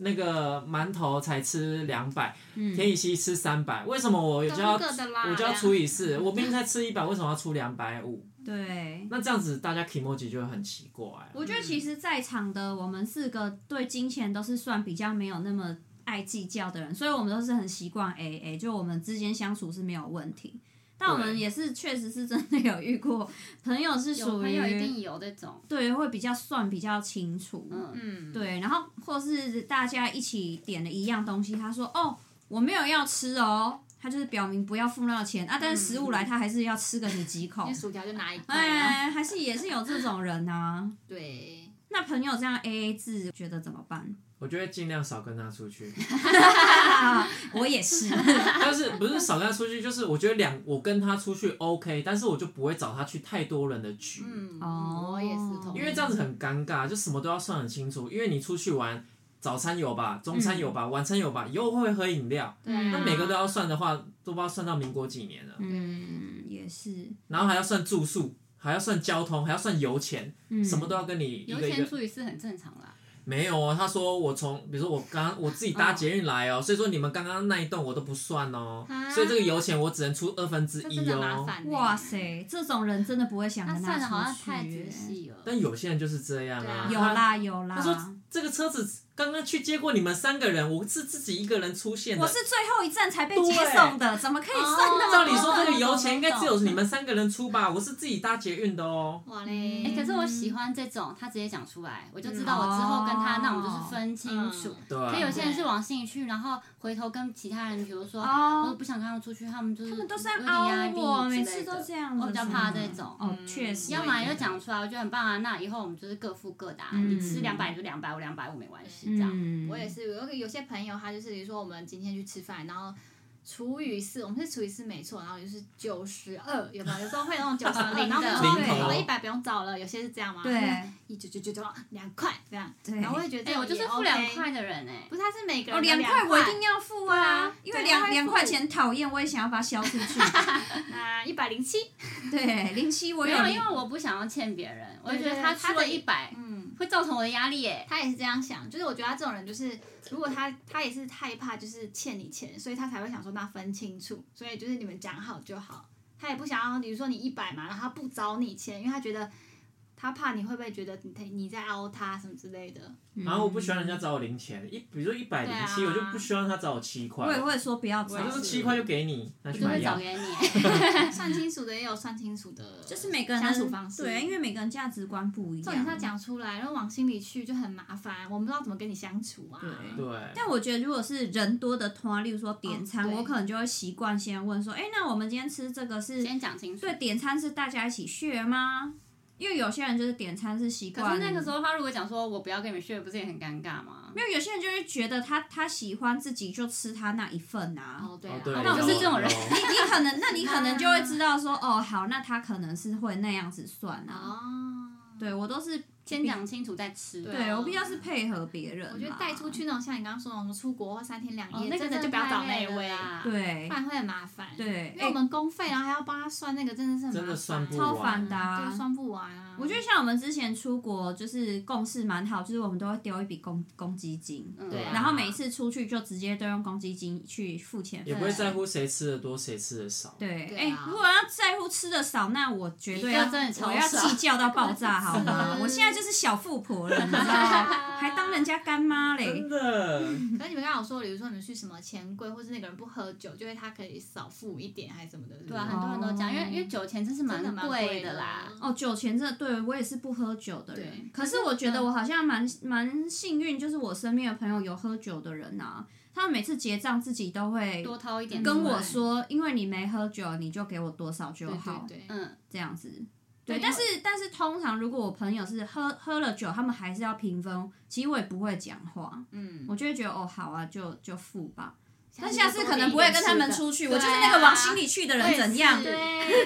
Speaker 1: 那个馒头才吃两百，
Speaker 4: 嗯，
Speaker 1: 田以希吃三百，为什么我就要
Speaker 2: 各个的啦，
Speaker 1: 我就要除以四？我明明才吃一百，为什么要出两百五？
Speaker 4: 对。
Speaker 1: 那这样子大家 i m o j i 就会很奇怪、
Speaker 4: 我觉得其实，在场的我们四个对金钱都是算比较没有那么爱计较的人，所以我们都是很习惯 A A，就我们之间相处是没有问题。但我们
Speaker 1: 对
Speaker 4: 也是确实是真的有遇过朋友是
Speaker 3: 有
Speaker 4: 属
Speaker 3: 朋友一
Speaker 4: 于
Speaker 3: 定有这种，
Speaker 4: 对会比较算比较清楚，
Speaker 3: 嗯，
Speaker 2: 嗯，
Speaker 4: 对，然后或是大家一起点了一样东西，他说：“哦，我没有要吃哦。”他就是表明不要付那钱啊，但是食物
Speaker 3: 嗯
Speaker 4: 来他还是要吃个你几口
Speaker 2: 因为，薯条就拿一块啊，
Speaker 4: 哎，还是也是有这种人啊。
Speaker 2: 对，
Speaker 4: 那朋友这样 A A 制，觉得怎么 办？
Speaker 1: 我觉得尽量少跟他出去，
Speaker 4: 我也 是，
Speaker 1: 但是不是少跟他出去，就是我觉得两我跟他出去 OK，但是我就不会找他去太多人的局，
Speaker 2: 嗯，
Speaker 4: 哦
Speaker 2: 我也是同意，
Speaker 1: 因为这样子很尴尬，就什么都要算很清楚。因为你出去玩，早餐有吧，中餐有吧，晚餐有吧，又会喝饮料，
Speaker 2: 对啊，
Speaker 1: 那每个都要算的话，都不知道算到民国几年了，
Speaker 4: 嗯，也是，
Speaker 1: 然后还要算住宿。还要算交通，还要算油钱，
Speaker 4: 嗯，
Speaker 1: 什么都要跟你一
Speaker 3: 油
Speaker 1: 个一
Speaker 3: 钱
Speaker 1: 个。
Speaker 3: 除以四很正常啦。
Speaker 1: 没有哦，他说我从，比如说我刚我自己搭捷运来哦，所以说你们刚刚那一栋我都不算哦，
Speaker 2: 啊
Speaker 1: 所以这个油钱我只能出二分之
Speaker 2: 这
Speaker 1: 一
Speaker 2: 真的麻
Speaker 1: 哦。
Speaker 2: 烦，
Speaker 4: 哇，塞，这种人真的不会想
Speaker 3: 他
Speaker 4: 跟
Speaker 3: 算的好
Speaker 4: 他
Speaker 3: 像
Speaker 4: 出去
Speaker 3: 太仔
Speaker 4: 欸。
Speaker 3: 细了，
Speaker 1: 但有些人就是这样
Speaker 2: 对
Speaker 1: 啊
Speaker 2: 啊，
Speaker 4: 有
Speaker 1: 他
Speaker 4: 啦有
Speaker 1: 他说
Speaker 4: 啦，
Speaker 1: 这个车子刚刚去接过你们三个人，我是自己一个人出现的。
Speaker 4: 我是最后一站才被接送的，怎么可以算那么
Speaker 3: 哦
Speaker 1: 照理说这个油钱应该只有你们三个人出吧，我是自己搭捷运的哦。
Speaker 2: 哇嘞，
Speaker 3: 哎、可是我喜欢这种，他直接讲出来，我就知道我之后跟他
Speaker 4: 嗯
Speaker 3: 那我们就是分清楚。
Speaker 2: 嗯
Speaker 1: 对
Speaker 3: 可
Speaker 1: 啊，
Speaker 3: 有些人是往心里去，然后回头跟其他人，比如说，
Speaker 4: 哦
Speaker 3: 我不想跟他们出去，他们就是
Speaker 4: 他
Speaker 3: 他
Speaker 4: 们都是在
Speaker 3: 在
Speaker 4: 凹我，每次都这样子。
Speaker 3: 我比较怕这种
Speaker 4: 哦，
Speaker 2: 嗯
Speaker 4: 确实。
Speaker 3: 要么你就讲出来，我觉得很棒啊。那以后我们就是各付各的、啊，
Speaker 4: 嗯
Speaker 3: 你吃两百就两百，我两百五没关系，这样。
Speaker 4: 嗯，
Speaker 2: 我也是，有有些朋友他就是，比如说我们今天去吃饭，然后除以四，我们是除以四没错，然后就是九十二，有没有？有时候会有那种九十二，
Speaker 3: 零
Speaker 2: 然后
Speaker 3: 的
Speaker 2: 就
Speaker 1: 零头
Speaker 2: 说一百不用找了，有些是这样嘛，
Speaker 4: 对，
Speaker 2: 一九九九九两块这样，
Speaker 4: 对。
Speaker 2: 然后我也觉得
Speaker 3: 哎、
Speaker 2: 这样
Speaker 3: 我就是
Speaker 2: 也
Speaker 3: 付
Speaker 2: OK
Speaker 3: 两，块的人哎、
Speaker 2: 不是，他是每个
Speaker 4: 哦，
Speaker 2: 人
Speaker 4: 两块
Speaker 2: 块
Speaker 4: 我一定要付啊
Speaker 2: 对啊，
Speaker 4: 因为
Speaker 2: 对
Speaker 4: 两
Speaker 2: 他会付
Speaker 4: 两块钱讨厌，我也想要把它消出去。
Speaker 2: 那一百零七，
Speaker 4: 对，零七我
Speaker 3: 没
Speaker 4: 有
Speaker 3: 有，因为我不想要欠别人，我就觉
Speaker 2: 对
Speaker 3: 得
Speaker 2: 对
Speaker 3: 他
Speaker 2: 他
Speaker 3: 出
Speaker 2: 的
Speaker 3: 了一百
Speaker 2: 嗯。
Speaker 3: 会造成我的压力哎、
Speaker 2: 他也是这样想，就是我觉得他这种人就是，如果他他也是害怕就是欠你钱，所以他才会想说那分清楚，所以就是你们讲好就好。他也不想要，比如说你一百嘛，然后他不找你钱，因为他觉得他怕你会不会觉得你你在凹他什么之类 的。
Speaker 1: 然啊后我不喜欢人家找我零钱，一比如说一百零七，
Speaker 2: 对啊
Speaker 1: 我就不希望他找我七块，
Speaker 4: 嗯我也会说不要啊找
Speaker 1: 我，就是七块就给你，拿
Speaker 3: 我
Speaker 1: 去
Speaker 3: 就
Speaker 1: 买
Speaker 3: 会找
Speaker 1: 药。
Speaker 3: 给你、
Speaker 2: 算清楚的也有算清楚的，
Speaker 4: 就是每个人
Speaker 2: 相处方式。啊
Speaker 4: 对，因为每个人价值观不一样。
Speaker 2: 重点是要讲出来，然后往心里去就很麻烦，我们不知道怎么跟你相处啊。
Speaker 4: 对
Speaker 1: 对，
Speaker 4: 但我觉得，如果是人多的团，例如说点餐，
Speaker 2: 哦对
Speaker 4: 我可能就会习惯先问说：“哎、那我们今天吃这个是
Speaker 3: 先讲清楚。
Speaker 4: 对点餐是大家一起学吗？”因为有些人就是点餐是习
Speaker 3: 可
Speaker 4: 惯，
Speaker 3: 是那个时候他如果讲说我不要跟你们 share，不是也很尴尬吗？
Speaker 4: 没有，有些人就会觉得他他喜欢自己就吃他那一份啊。
Speaker 2: 哦啊对
Speaker 1: 哦
Speaker 2: 啊，
Speaker 1: 对，
Speaker 3: 那我就是这种人
Speaker 1: 有
Speaker 4: 你你可能，那你可 能就会知道说，哦，好，那他可能是会那样子算啊。
Speaker 2: 哦，
Speaker 4: 对我都是
Speaker 3: 先，讲清楚再吃。
Speaker 2: 对
Speaker 4: 对我比较是配合别人啦。
Speaker 2: 我觉得带出去那种，像你刚刚说的，我们出国或三天两
Speaker 3: 哦
Speaker 2: 夜，，
Speaker 3: 那个
Speaker 2: 真的就不要找那一位啊，
Speaker 3: 啊。
Speaker 4: 对
Speaker 2: 不然会很麻烦。，
Speaker 4: 对，
Speaker 2: 因为我
Speaker 4: 哎
Speaker 2: 们公费，然后还要帮他算那个，真的是很
Speaker 1: 真
Speaker 2: 麻烦
Speaker 1: 的算不
Speaker 4: 超烦的啊
Speaker 2: 对，算不完啊。
Speaker 4: 我觉得像我们之前出国，就是共识蛮好，就是我们都会丢一笔公公积金，
Speaker 3: 嗯
Speaker 2: 对啊
Speaker 4: 然后每次出去就直接都用公积金去付钱。啊
Speaker 1: 也不会在乎谁吃的多谁吃的少。
Speaker 4: 对，哎、
Speaker 2: 对啊
Speaker 4: 如果要在乎吃的少，那我绝对要
Speaker 3: 你这样真的超
Speaker 4: 我要
Speaker 3: 少
Speaker 4: 计较到爆炸，好吗？
Speaker 2: 吃
Speaker 4: 我现在就是小富婆了，你知道吗？ 还当人家干妈嘞
Speaker 1: 真。的，
Speaker 2: 可是你们刚刚有说，比如说你们去什么钱柜，或是那个人不喝酒，就会他可以少付一点还是什么的，对
Speaker 3: 对啊，很多人都这样，因为因为酒钱真是蛮
Speaker 2: 哦真的蛮
Speaker 3: 贵
Speaker 2: 贵的
Speaker 3: 啦。
Speaker 4: 哦，酒钱这对我也是不喝酒的人
Speaker 2: 对，
Speaker 4: 可是我觉得我好像蛮蛮幸运，就是我身边的朋友有喝酒的人呐、啊他们每次结账自己都会
Speaker 3: 多掏一点出来，
Speaker 4: 跟我说，因为你没喝酒，你就给我多少就好，
Speaker 2: 对对
Speaker 3: 嗯，
Speaker 4: 这样子。对，
Speaker 2: 对
Speaker 4: 但是但是通常如果我朋友是喝喝了酒，他们还是要平分，其实我也不会讲话，嗯，我就会觉得哦好啊，就就付吧。但下次可能不会跟他们出去，我就是
Speaker 3: 啊
Speaker 4: 那个往心里去的人怎样？
Speaker 2: 对，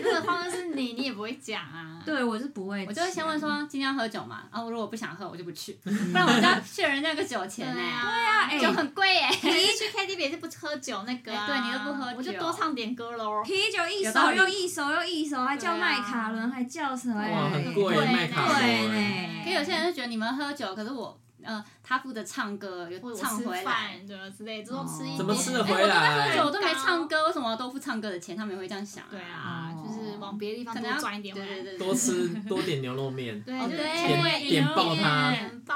Speaker 2: 对，何况就是你，你也不会讲啊。
Speaker 4: 对我是不会，
Speaker 3: 我就会先问说今天要喝酒吗？啊，我如果不想喝，我就 不去，不然我就要欠人那个酒钱呢、
Speaker 2: 啊，
Speaker 4: 哎
Speaker 3: 酒很贵耶、
Speaker 2: 你一去 KTV 也是不喝酒那个啊，
Speaker 3: 哎对你都不喝酒
Speaker 2: 我就多唱点歌喽。
Speaker 4: 啤酒一
Speaker 3: 有
Speaker 4: 手
Speaker 3: 道理
Speaker 4: 又一手又一手，还叫
Speaker 2: 对啊
Speaker 4: 麦卡伦，还叫什么？
Speaker 1: 哇，很贵，
Speaker 2: 贵
Speaker 1: 麦卡欸
Speaker 4: 对
Speaker 1: 伦。
Speaker 4: 呢
Speaker 3: 可有些人就觉得你们喝酒，可是我，呃，他负责唱歌，有
Speaker 2: 或者我
Speaker 3: 唱
Speaker 2: 吃
Speaker 3: 回来。
Speaker 2: 饭，对吧？之类，这种吃一点
Speaker 1: 哦怎么吃得
Speaker 3: 哎，
Speaker 1: 回
Speaker 3: 我都在喝
Speaker 1: 来
Speaker 3: 酒，我都没唱歌，为什么要都付唱歌的钱？他们也会这样想、
Speaker 2: 对，啊，
Speaker 4: 哦
Speaker 2: 就是往别的地方
Speaker 3: 可能
Speaker 2: 多
Speaker 3: 要
Speaker 2: 赚一点回
Speaker 3: 对
Speaker 2: 来。
Speaker 3: 对对，对
Speaker 1: 多。 吃多点牛肉面，
Speaker 2: 对
Speaker 3: 哦
Speaker 2: 就是
Speaker 3: 对
Speaker 2: 钱会
Speaker 1: 点
Speaker 2: 有
Speaker 1: 爆它
Speaker 2: 点爆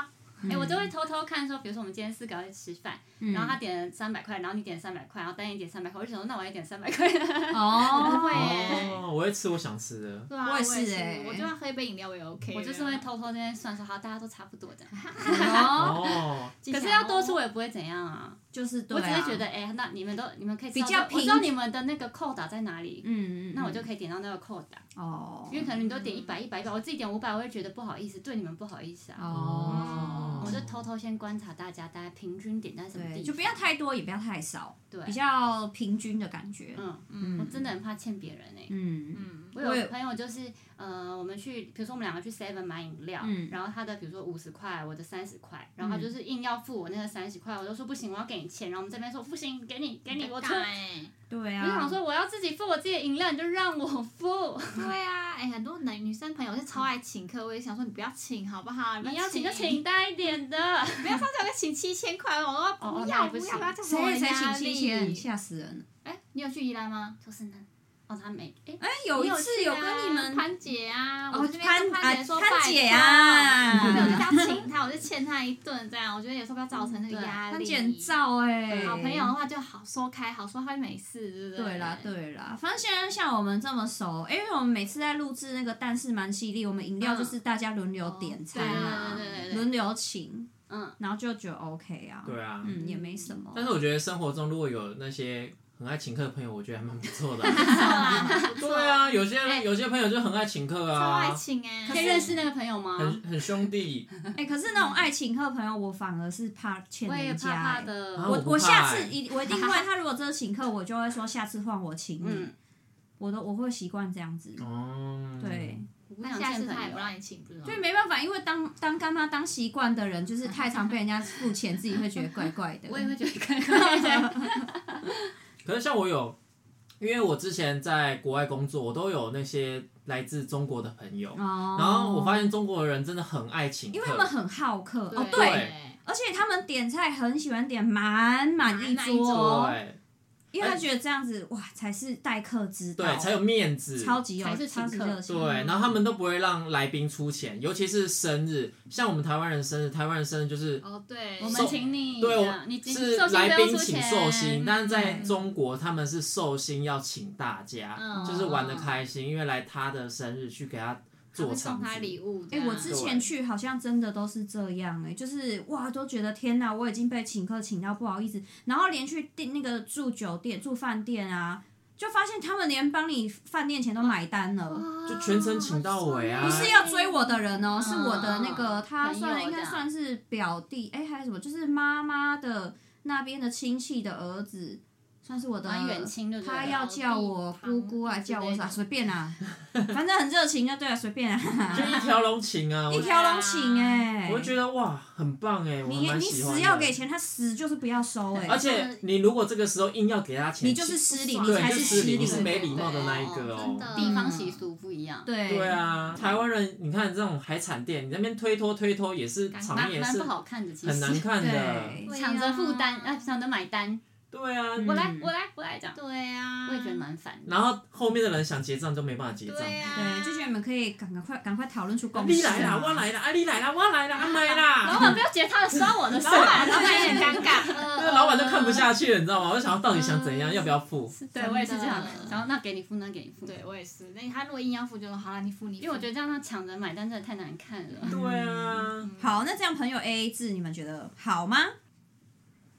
Speaker 3: 哎、我
Speaker 4: 嗯
Speaker 3: 就会偷偷看说，比如说我们今天四个要去吃饭，然后他点了三百块，然后你点三百块，然后丹尼点三百块，我就想说那我也点三百 块。
Speaker 4: 哦，
Speaker 2: 会耶
Speaker 1: 哦，我会吃我想吃的。
Speaker 2: 对啊，
Speaker 4: 我
Speaker 2: 我
Speaker 4: 也
Speaker 2: 也
Speaker 4: 是哎
Speaker 2: 我就算喝一杯饮料我也 OK 的。
Speaker 3: 我就是会偷偷在那边算说，好，大家都差不多这样。
Speaker 4: 哦，
Speaker 1: 哦，
Speaker 2: 记下
Speaker 3: 可
Speaker 2: 来哦，
Speaker 3: 是要多出我也不会怎样啊，
Speaker 4: 就是对
Speaker 3: 我
Speaker 4: 啊，
Speaker 3: 只是觉得，哎、那你们都你们可以知道
Speaker 4: 比较
Speaker 3: 说
Speaker 4: 平
Speaker 3: 我知道你们的那个扣打在哪里，
Speaker 4: 嗯，嗯嗯，
Speaker 3: 那我就可以点到那个扣打，
Speaker 4: 哦，
Speaker 3: 因为可能你都点一百一百一百，我自己点五百，我会觉得不好意思，对你们不好意思啊。
Speaker 4: 哦，
Speaker 3: 我就偷偷先观察大家，大家平均点在什么
Speaker 4: 对，
Speaker 3: 地方，
Speaker 4: 就不要太多，也不要太少，
Speaker 3: 对
Speaker 4: 比较平均的感觉，
Speaker 3: 嗯
Speaker 4: 嗯
Speaker 3: 我真的很怕欠别人哎、
Speaker 4: 嗯
Speaker 2: 嗯，
Speaker 3: 我
Speaker 4: 我也
Speaker 3: 有朋友就是，呃，我们去，比如说我们两个去 Seven 买饮料，
Speaker 4: 嗯
Speaker 3: 然后他的比如说五十块，我的三十块，然后他就是硬要付我那个三十块，我就说不行，我要给你钱，然后我们这边说不行，给你给你，我出，
Speaker 2: 很尴尬哎，
Speaker 4: 对
Speaker 3: 我就想
Speaker 4: 啊，
Speaker 3: 说我要自己付我自己的饮料，你就让我付，
Speaker 2: 对啊，哎，很多男女生朋友是超爱请客，我也想说你不要请好不好？
Speaker 3: 你
Speaker 2: 不
Speaker 3: 要请 就，请大一点的，
Speaker 2: 不要上次有个请七千块，我说
Speaker 3: 哦
Speaker 2: 不
Speaker 3: 那
Speaker 2: 要
Speaker 3: 也
Speaker 2: 不
Speaker 3: 不
Speaker 2: 要
Speaker 3: 行
Speaker 2: 不要，这样给我
Speaker 4: 谁谁
Speaker 2: 压
Speaker 4: 请
Speaker 2: 力
Speaker 4: 七千，？吓死人了。
Speaker 2: 哎，你有去宜兰吗？
Speaker 3: 就是呢，哦，他没，哎、
Speaker 4: 哎，有一
Speaker 2: 你
Speaker 4: 次
Speaker 2: 去
Speaker 4: 有
Speaker 2: 啊
Speaker 4: 跟你们
Speaker 2: 潘姐啊，我
Speaker 4: 哦
Speaker 2: 这边
Speaker 4: 潘
Speaker 2: 跟潘姐说
Speaker 4: 啊潘
Speaker 2: 拜托
Speaker 4: 姐啊
Speaker 2: 我没有就是要请她，我就欠她一顿这样，我觉得有时候不要造成那
Speaker 4: 嗯
Speaker 2: 个
Speaker 3: 对
Speaker 2: 压力。
Speaker 4: 很简照哎，
Speaker 2: 好朋友的话就好说开，好说开没事，对不对？
Speaker 4: 对啦，对啦，反正现在像我们这么熟，因为我们每次在录制那个但是蛮犀利，我们饮料就是大家轮流点餐啊，
Speaker 2: 嗯哦对对对
Speaker 3: 对对
Speaker 4: 轮流请，
Speaker 3: 嗯，
Speaker 4: 然后就觉得 OK 啊，
Speaker 1: 对啊，
Speaker 4: 嗯，也没什么。
Speaker 1: 但是我觉得生活中如果有那些很爱请客的朋友，我觉得还蛮不错的啊。
Speaker 2: 不错啦，很不错
Speaker 1: 对啊，，有些人有些朋友就很爱请客
Speaker 2: 超爱
Speaker 1: 啊，
Speaker 2: 请哎，
Speaker 3: 可以认识那个朋友吗
Speaker 1: 很？很兄弟。
Speaker 4: 哎、可是那种爱请客朋友，我反而是怕欠
Speaker 3: 我也
Speaker 4: 人家、
Speaker 3: 怕怕
Speaker 4: 欸。
Speaker 3: 的，
Speaker 1: 啊
Speaker 4: 我
Speaker 1: 我不怕
Speaker 4: 下次
Speaker 1: 欸
Speaker 4: 一我一定会，他如果真的请客，我就会说下次换我请你，
Speaker 3: 嗯，
Speaker 4: 我都我会习惯这样子。
Speaker 1: 哦，
Speaker 4: 对，
Speaker 3: 我不
Speaker 2: 那
Speaker 3: 想
Speaker 2: 下
Speaker 3: 欠
Speaker 2: 次他
Speaker 3: 朋
Speaker 2: 也不
Speaker 3: 友。
Speaker 2: 让你请，不是吗？
Speaker 4: 对，没办法，因为当当干妈当习惯的人，就是太常被人家付钱，自己会觉得怪怪的。
Speaker 3: 我也会觉得尴尬，
Speaker 1: 可是像我有，因为我之前在国外工作，我都有那些来自中国的朋友，
Speaker 4: 哦，
Speaker 1: 然后我发现中国人真的很爱请客，
Speaker 4: 因为他们很好客哦，对，
Speaker 1: 对
Speaker 4: 而且他们点菜很喜欢点满满
Speaker 2: 满
Speaker 4: 一
Speaker 2: 满一
Speaker 4: 桌
Speaker 2: 桌
Speaker 4: 哦，
Speaker 1: 对
Speaker 4: 因为他觉得这样子哇才是待客之道，
Speaker 1: 哎对才有面子，
Speaker 4: 超级有
Speaker 3: 才是请
Speaker 4: 超级
Speaker 3: 客
Speaker 4: 热情，
Speaker 1: 对，然后他们都不会让来宾出钱，尤其是生日，像我们台湾人生日，台湾人生日就是
Speaker 2: 哦对，
Speaker 3: 我
Speaker 1: 送
Speaker 3: 们请你，
Speaker 1: 对
Speaker 3: 这
Speaker 1: 我
Speaker 3: 样你请
Speaker 1: 是
Speaker 3: 寿星
Speaker 1: 来
Speaker 3: 不用
Speaker 1: 宾
Speaker 3: 出
Speaker 1: 请
Speaker 3: 钱
Speaker 1: 寿星，但是在
Speaker 4: 嗯
Speaker 1: 中国他们是寿星要请大家，
Speaker 2: 嗯
Speaker 1: 就是玩的开心，因为来他的生日去给他
Speaker 2: 他
Speaker 1: 做
Speaker 2: 会送
Speaker 1: 场
Speaker 2: 他
Speaker 1: 子。
Speaker 2: 礼物这
Speaker 4: 哎、
Speaker 2: 样。
Speaker 4: 我之前去好像真的都是这样哎、就是哇，都觉得天哪，我已经被请客请到不好意思，然后连去订那个住酒店、住饭店啊，就发现他们连帮你饭店钱都买单
Speaker 3: 啊
Speaker 4: 了。
Speaker 1: 就全程请到尾啊
Speaker 4: 不是要追我的人哦、
Speaker 3: 嗯
Speaker 4: 是我的那个
Speaker 3: 嗯
Speaker 4: 他
Speaker 3: 朋友
Speaker 4: 算应该
Speaker 3: 这样
Speaker 4: 算是表弟，哎、还是什么，就是妈妈的那边的亲戚的儿子，算是我的
Speaker 3: 蛮远亲就对哦了
Speaker 4: 他要叫我
Speaker 2: 堂
Speaker 4: 姑姑啊，
Speaker 2: 之
Speaker 4: 叫我
Speaker 2: 类
Speaker 4: 啥
Speaker 2: 的
Speaker 4: 随便啊，反正很热情就对了，随便啊
Speaker 1: 就，一条龙请啊，
Speaker 4: 一
Speaker 1: 我
Speaker 4: 条龙请哎、
Speaker 1: 我就觉得哇，很棒哎，我还
Speaker 4: 你
Speaker 1: 蛮
Speaker 4: 你
Speaker 1: 喜欢的。
Speaker 4: 死要给钱，他死就是不要收哎、
Speaker 1: 而且你如果这个时候硬要给他钱，
Speaker 4: 你就是失礼，你
Speaker 1: 对，
Speaker 4: 才
Speaker 1: 就是失
Speaker 4: 礼，
Speaker 1: 礼，你是没
Speaker 2: 对对
Speaker 1: 礼貌的那一个
Speaker 2: 真
Speaker 1: 哦。
Speaker 2: 的
Speaker 3: 地方习俗不一样，
Speaker 4: 对
Speaker 1: 对啊，台湾人，你看这种海产店，你那边推脱推脱也是场
Speaker 3: 蛮
Speaker 1: 面也
Speaker 3: 蛮
Speaker 1: 是
Speaker 3: 不好看的，其实
Speaker 1: 很难看的。
Speaker 4: 对
Speaker 3: 啊抢着负担，啊，抢着买单，
Speaker 1: 对啊，
Speaker 3: 我来，我来，我来讲，
Speaker 2: 对啊呀，
Speaker 3: 我也觉得蛮烦的。
Speaker 1: 然后后面的人想结账都没办法结账。
Speaker 2: 对呀，
Speaker 4: 对，就觉得你们可以赶赶快赶快讨论出
Speaker 1: 啊
Speaker 4: 共
Speaker 1: 你
Speaker 4: 识
Speaker 1: 来啦，
Speaker 4: 啊。
Speaker 1: 我来啦，啊你来啦，我来啦，啊买
Speaker 3: 老
Speaker 1: 啦。
Speaker 3: 板不要截他
Speaker 2: 啊
Speaker 3: 的，刷我的刷，
Speaker 2: 老板，
Speaker 3: 老
Speaker 2: 老
Speaker 3: 板
Speaker 2: 板
Speaker 3: 有
Speaker 2: 有点
Speaker 3: 点尴
Speaker 2: 尴
Speaker 3: 尬。
Speaker 2: 尬， 呃
Speaker 1: 那老板都看不。下去了，你知道吗？我就想要到底想怎样，要不要付？
Speaker 3: 对我也 是这样
Speaker 2: 真，的
Speaker 3: 然后那给你付，那给你付。
Speaker 2: 呃对，我也是。那他如果硬要付，就说好了，你付你付。
Speaker 3: 因为我觉得这样他抢着买单真的太难看了。
Speaker 1: 对啊，
Speaker 4: 好，那这样朋友 A A 制，你们觉得好吗？
Speaker 3: 嗯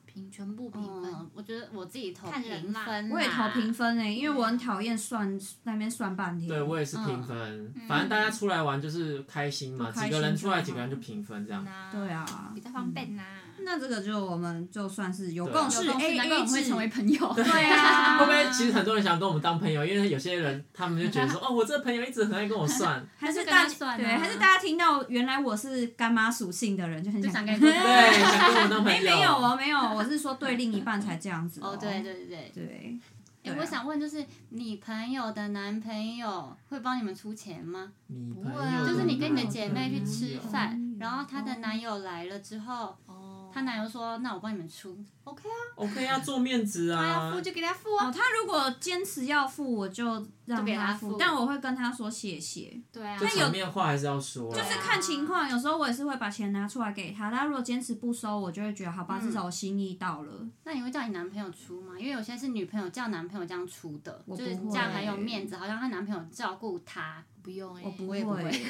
Speaker 2: 平全部平分，啊
Speaker 3: 嗯，我觉得我自己投
Speaker 2: 看
Speaker 3: 评
Speaker 2: 人啦
Speaker 3: 分，
Speaker 4: 我也投评。分哎、因为我
Speaker 3: 嗯
Speaker 4: 很讨厌算那边算半天。
Speaker 1: 对我也是平分，反正大家出来玩就是开心嘛，
Speaker 4: 开心
Speaker 1: 几个人出来
Speaker 4: 就好
Speaker 1: 几个人就平分这样。
Speaker 2: 呐
Speaker 4: 对，啊嗯
Speaker 2: 比，较方便呐。
Speaker 4: 那这个就我们就算是有
Speaker 1: 对啊
Speaker 4: 共
Speaker 3: 有
Speaker 4: 识
Speaker 3: 共识
Speaker 4: A
Speaker 3: 难怪我
Speaker 4: A
Speaker 3: 们会
Speaker 4: 制
Speaker 3: 成为。朋友。
Speaker 4: 对啊，
Speaker 1: 会不会其实很多人想跟我们当朋友？因为有些人他们就觉得说，哦，我这个朋友一直很爱跟我算，
Speaker 4: 还是
Speaker 3: 跟
Speaker 4: 大
Speaker 3: 他算啊
Speaker 4: 对，还是大家听到原来我是干妈属性的人，就很
Speaker 3: 就
Speaker 4: 想
Speaker 3: 想跟你做朋友
Speaker 1: 对，想跟我们当朋
Speaker 4: 哎、
Speaker 1: 友。
Speaker 4: 没有哦，没有，我是说对另一半才这样子
Speaker 3: 哦，对对对对。
Speaker 4: 对，
Speaker 3: 哎、
Speaker 4: 对啊
Speaker 3: 我想问，就是你朋友的男朋友会帮你们出钱吗？
Speaker 1: 你
Speaker 2: 不
Speaker 1: 朋
Speaker 2: 会啊
Speaker 1: 友，
Speaker 3: 就是你跟你的
Speaker 2: 男
Speaker 3: 姐妹去吃
Speaker 1: 嗯朋友
Speaker 3: 饭，
Speaker 4: 友
Speaker 3: 然后她的男友来了之后，
Speaker 2: 哦
Speaker 3: 她男友说：“那我帮你们出。
Speaker 2: OK 啊，
Speaker 1: ，OK 啊，做面子
Speaker 2: 他要
Speaker 1: 啊
Speaker 2: 付，就给他付啊。
Speaker 4: 哦，他如果坚持要付，我就让
Speaker 3: 就给
Speaker 4: 他
Speaker 3: 他
Speaker 4: 付，
Speaker 3: 付
Speaker 4: 但我会跟他说谢谢。
Speaker 2: 对啊
Speaker 1: 就，场面话还是要说啊啦。
Speaker 3: 啊
Speaker 4: 就是看情况，有时候我也是会把钱拿出来给他，他如果坚持不收，我就会觉得好吧，
Speaker 3: 嗯
Speaker 4: 至少我心意到了。”
Speaker 3: 那你会叫你男朋友出吗？因为有些是女朋友叫男朋友这样出的，
Speaker 4: 我
Speaker 3: 就
Speaker 4: 不
Speaker 3: 是这样很有面子，好像她男朋友照顾她。
Speaker 2: 不用哎，
Speaker 4: 我不
Speaker 3: 也不
Speaker 4: 会
Speaker 3: 会，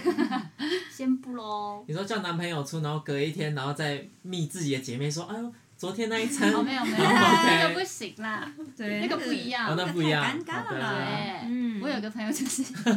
Speaker 2: 先不喽。
Speaker 1: 你说叫男朋友出，然后隔一天，然后再密自己的姐妹说，哎呦，昨天那一餐，
Speaker 3: 哦，没有没 有，
Speaker 1: OK
Speaker 3: 那个不行啦，
Speaker 4: 对，
Speaker 3: 那个不一样
Speaker 1: 哦。那不一样
Speaker 4: 太尴尬了啦。
Speaker 3: 对，
Speaker 4: 嗯
Speaker 3: 我有个朋友 就是，就是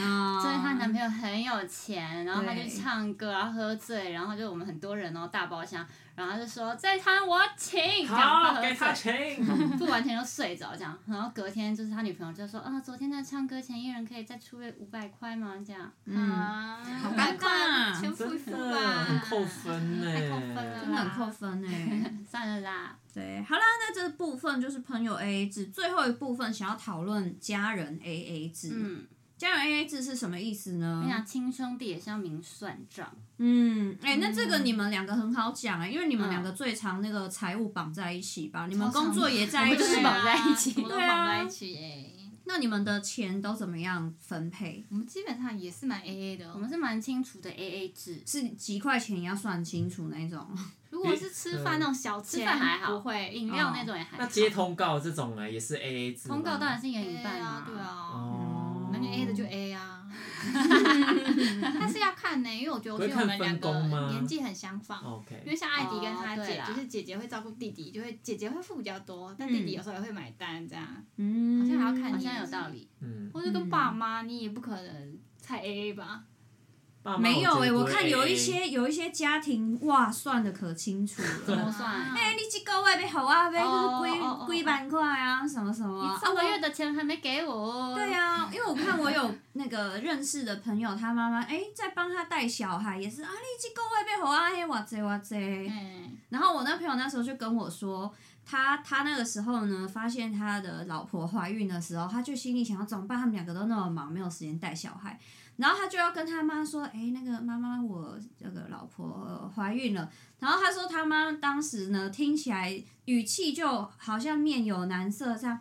Speaker 4: 啊，
Speaker 3: 她男朋友很有钱，然后她就
Speaker 4: 对
Speaker 3: 唱歌，然后喝醉，然后就我们很多人哦，大包厢，然后她就说这餐我请，这样她
Speaker 1: 好，
Speaker 3: 喝
Speaker 1: 给他
Speaker 3: 醉，
Speaker 1: 钱。
Speaker 3: 不完全就睡着这样，然后隔天就是她女朋友就说啊，昨天在唱歌前一人可以再出五百块吗？这样，
Speaker 4: 嗯，
Speaker 2: 啊，
Speaker 4: 好尴尬啊
Speaker 2: 全付一
Speaker 1: 真
Speaker 2: 付
Speaker 1: 的
Speaker 2: 吧，
Speaker 1: 很扣分呢、
Speaker 2: 太扣分了
Speaker 4: 真的很扣分哎。
Speaker 3: 算了啦，
Speaker 4: 对，好啦，那这部分就是朋友 A A 制，最后一部分想要讨论家人 A A 制。
Speaker 3: 嗯，
Speaker 4: 家人 A A 制是什么意思
Speaker 3: 我
Speaker 4: 呢？
Speaker 3: 想亲兄弟也是要明算账，
Speaker 4: 嗯，哎、那这个你们两个很好讲哎、因为你们
Speaker 3: 嗯
Speaker 4: 两个最常那个财务绑在一起吧，你们
Speaker 2: 超常
Speaker 4: 工作也在一
Speaker 3: 我们就是
Speaker 4: 起，
Speaker 3: 绑在一起
Speaker 2: 对啊我们都
Speaker 4: 对啊
Speaker 2: 绑在一起哎。
Speaker 4: 那你们的钱都怎么样分配？
Speaker 2: 我们基本上也是蛮 A A 的
Speaker 3: 我
Speaker 2: 哦。
Speaker 3: 们是蛮清楚的 A A 制，
Speaker 4: 是几块钱也要算清楚那种，
Speaker 2: 如果是吃饭那种小
Speaker 3: 吃
Speaker 2: 钱，
Speaker 3: 饭还好，
Speaker 2: 不会
Speaker 3: 饮料那种也还好。
Speaker 1: 那接通告这种呢，也是 AA 制吗。
Speaker 3: 通告当然是一人一
Speaker 2: A
Speaker 3: 半
Speaker 2: 啊，对啊，
Speaker 1: 哦，
Speaker 2: 那就 A 的
Speaker 4: 嗯
Speaker 2: 就 A 啊。但是要看呢，因为我觉得我觉得我们两
Speaker 1: 会看分工吗哦
Speaker 2: 个年纪很相仿。因
Speaker 1: OK。
Speaker 2: 为像艾迪跟他
Speaker 3: 哦对
Speaker 2: 姐，啊
Speaker 3: 啦
Speaker 2: 就是姐姐会照顾弟弟，就会姐姐会付比较多，但弟弟有时候也会买单这样，
Speaker 4: 嗯，
Speaker 2: 好像还要看
Speaker 3: 好
Speaker 2: 你
Speaker 3: 像有道理。
Speaker 1: 嗯，
Speaker 2: 或者跟爸妈，你也不可能才 A A 吧？
Speaker 1: 爸妈
Speaker 4: 没有
Speaker 1: 哎、
Speaker 4: 哎、我看有一
Speaker 1: AA
Speaker 4: 些有一些家庭哇算的可清楚
Speaker 3: 怎
Speaker 4: 了，
Speaker 3: 么算？
Speaker 4: 哎、你这个月被好啊呗，
Speaker 3: 哦
Speaker 4: 就是
Speaker 3: 哦哦
Speaker 4: 归归板块啊什么什么啊，
Speaker 3: 你上个月的钱还没给我。
Speaker 4: 对啊，因为我看我有那个认识的朋友，他妈妈哎在帮他带小孩，也是啊，你去购外面好啊，嘿哇塞哇塞。
Speaker 2: 嗯，
Speaker 4: 然后我那朋友那时候就跟我说，他他那个时候呢，发现他的老婆怀孕的时候，他就心里想要怎么办？他们两个都那么忙，没有时间带小孩。然后他就要跟他妈说，哎，那个妈妈，我那个老婆、呃怀孕了。然后他说他妈当时呢，听起来语气就好像面有难色这样，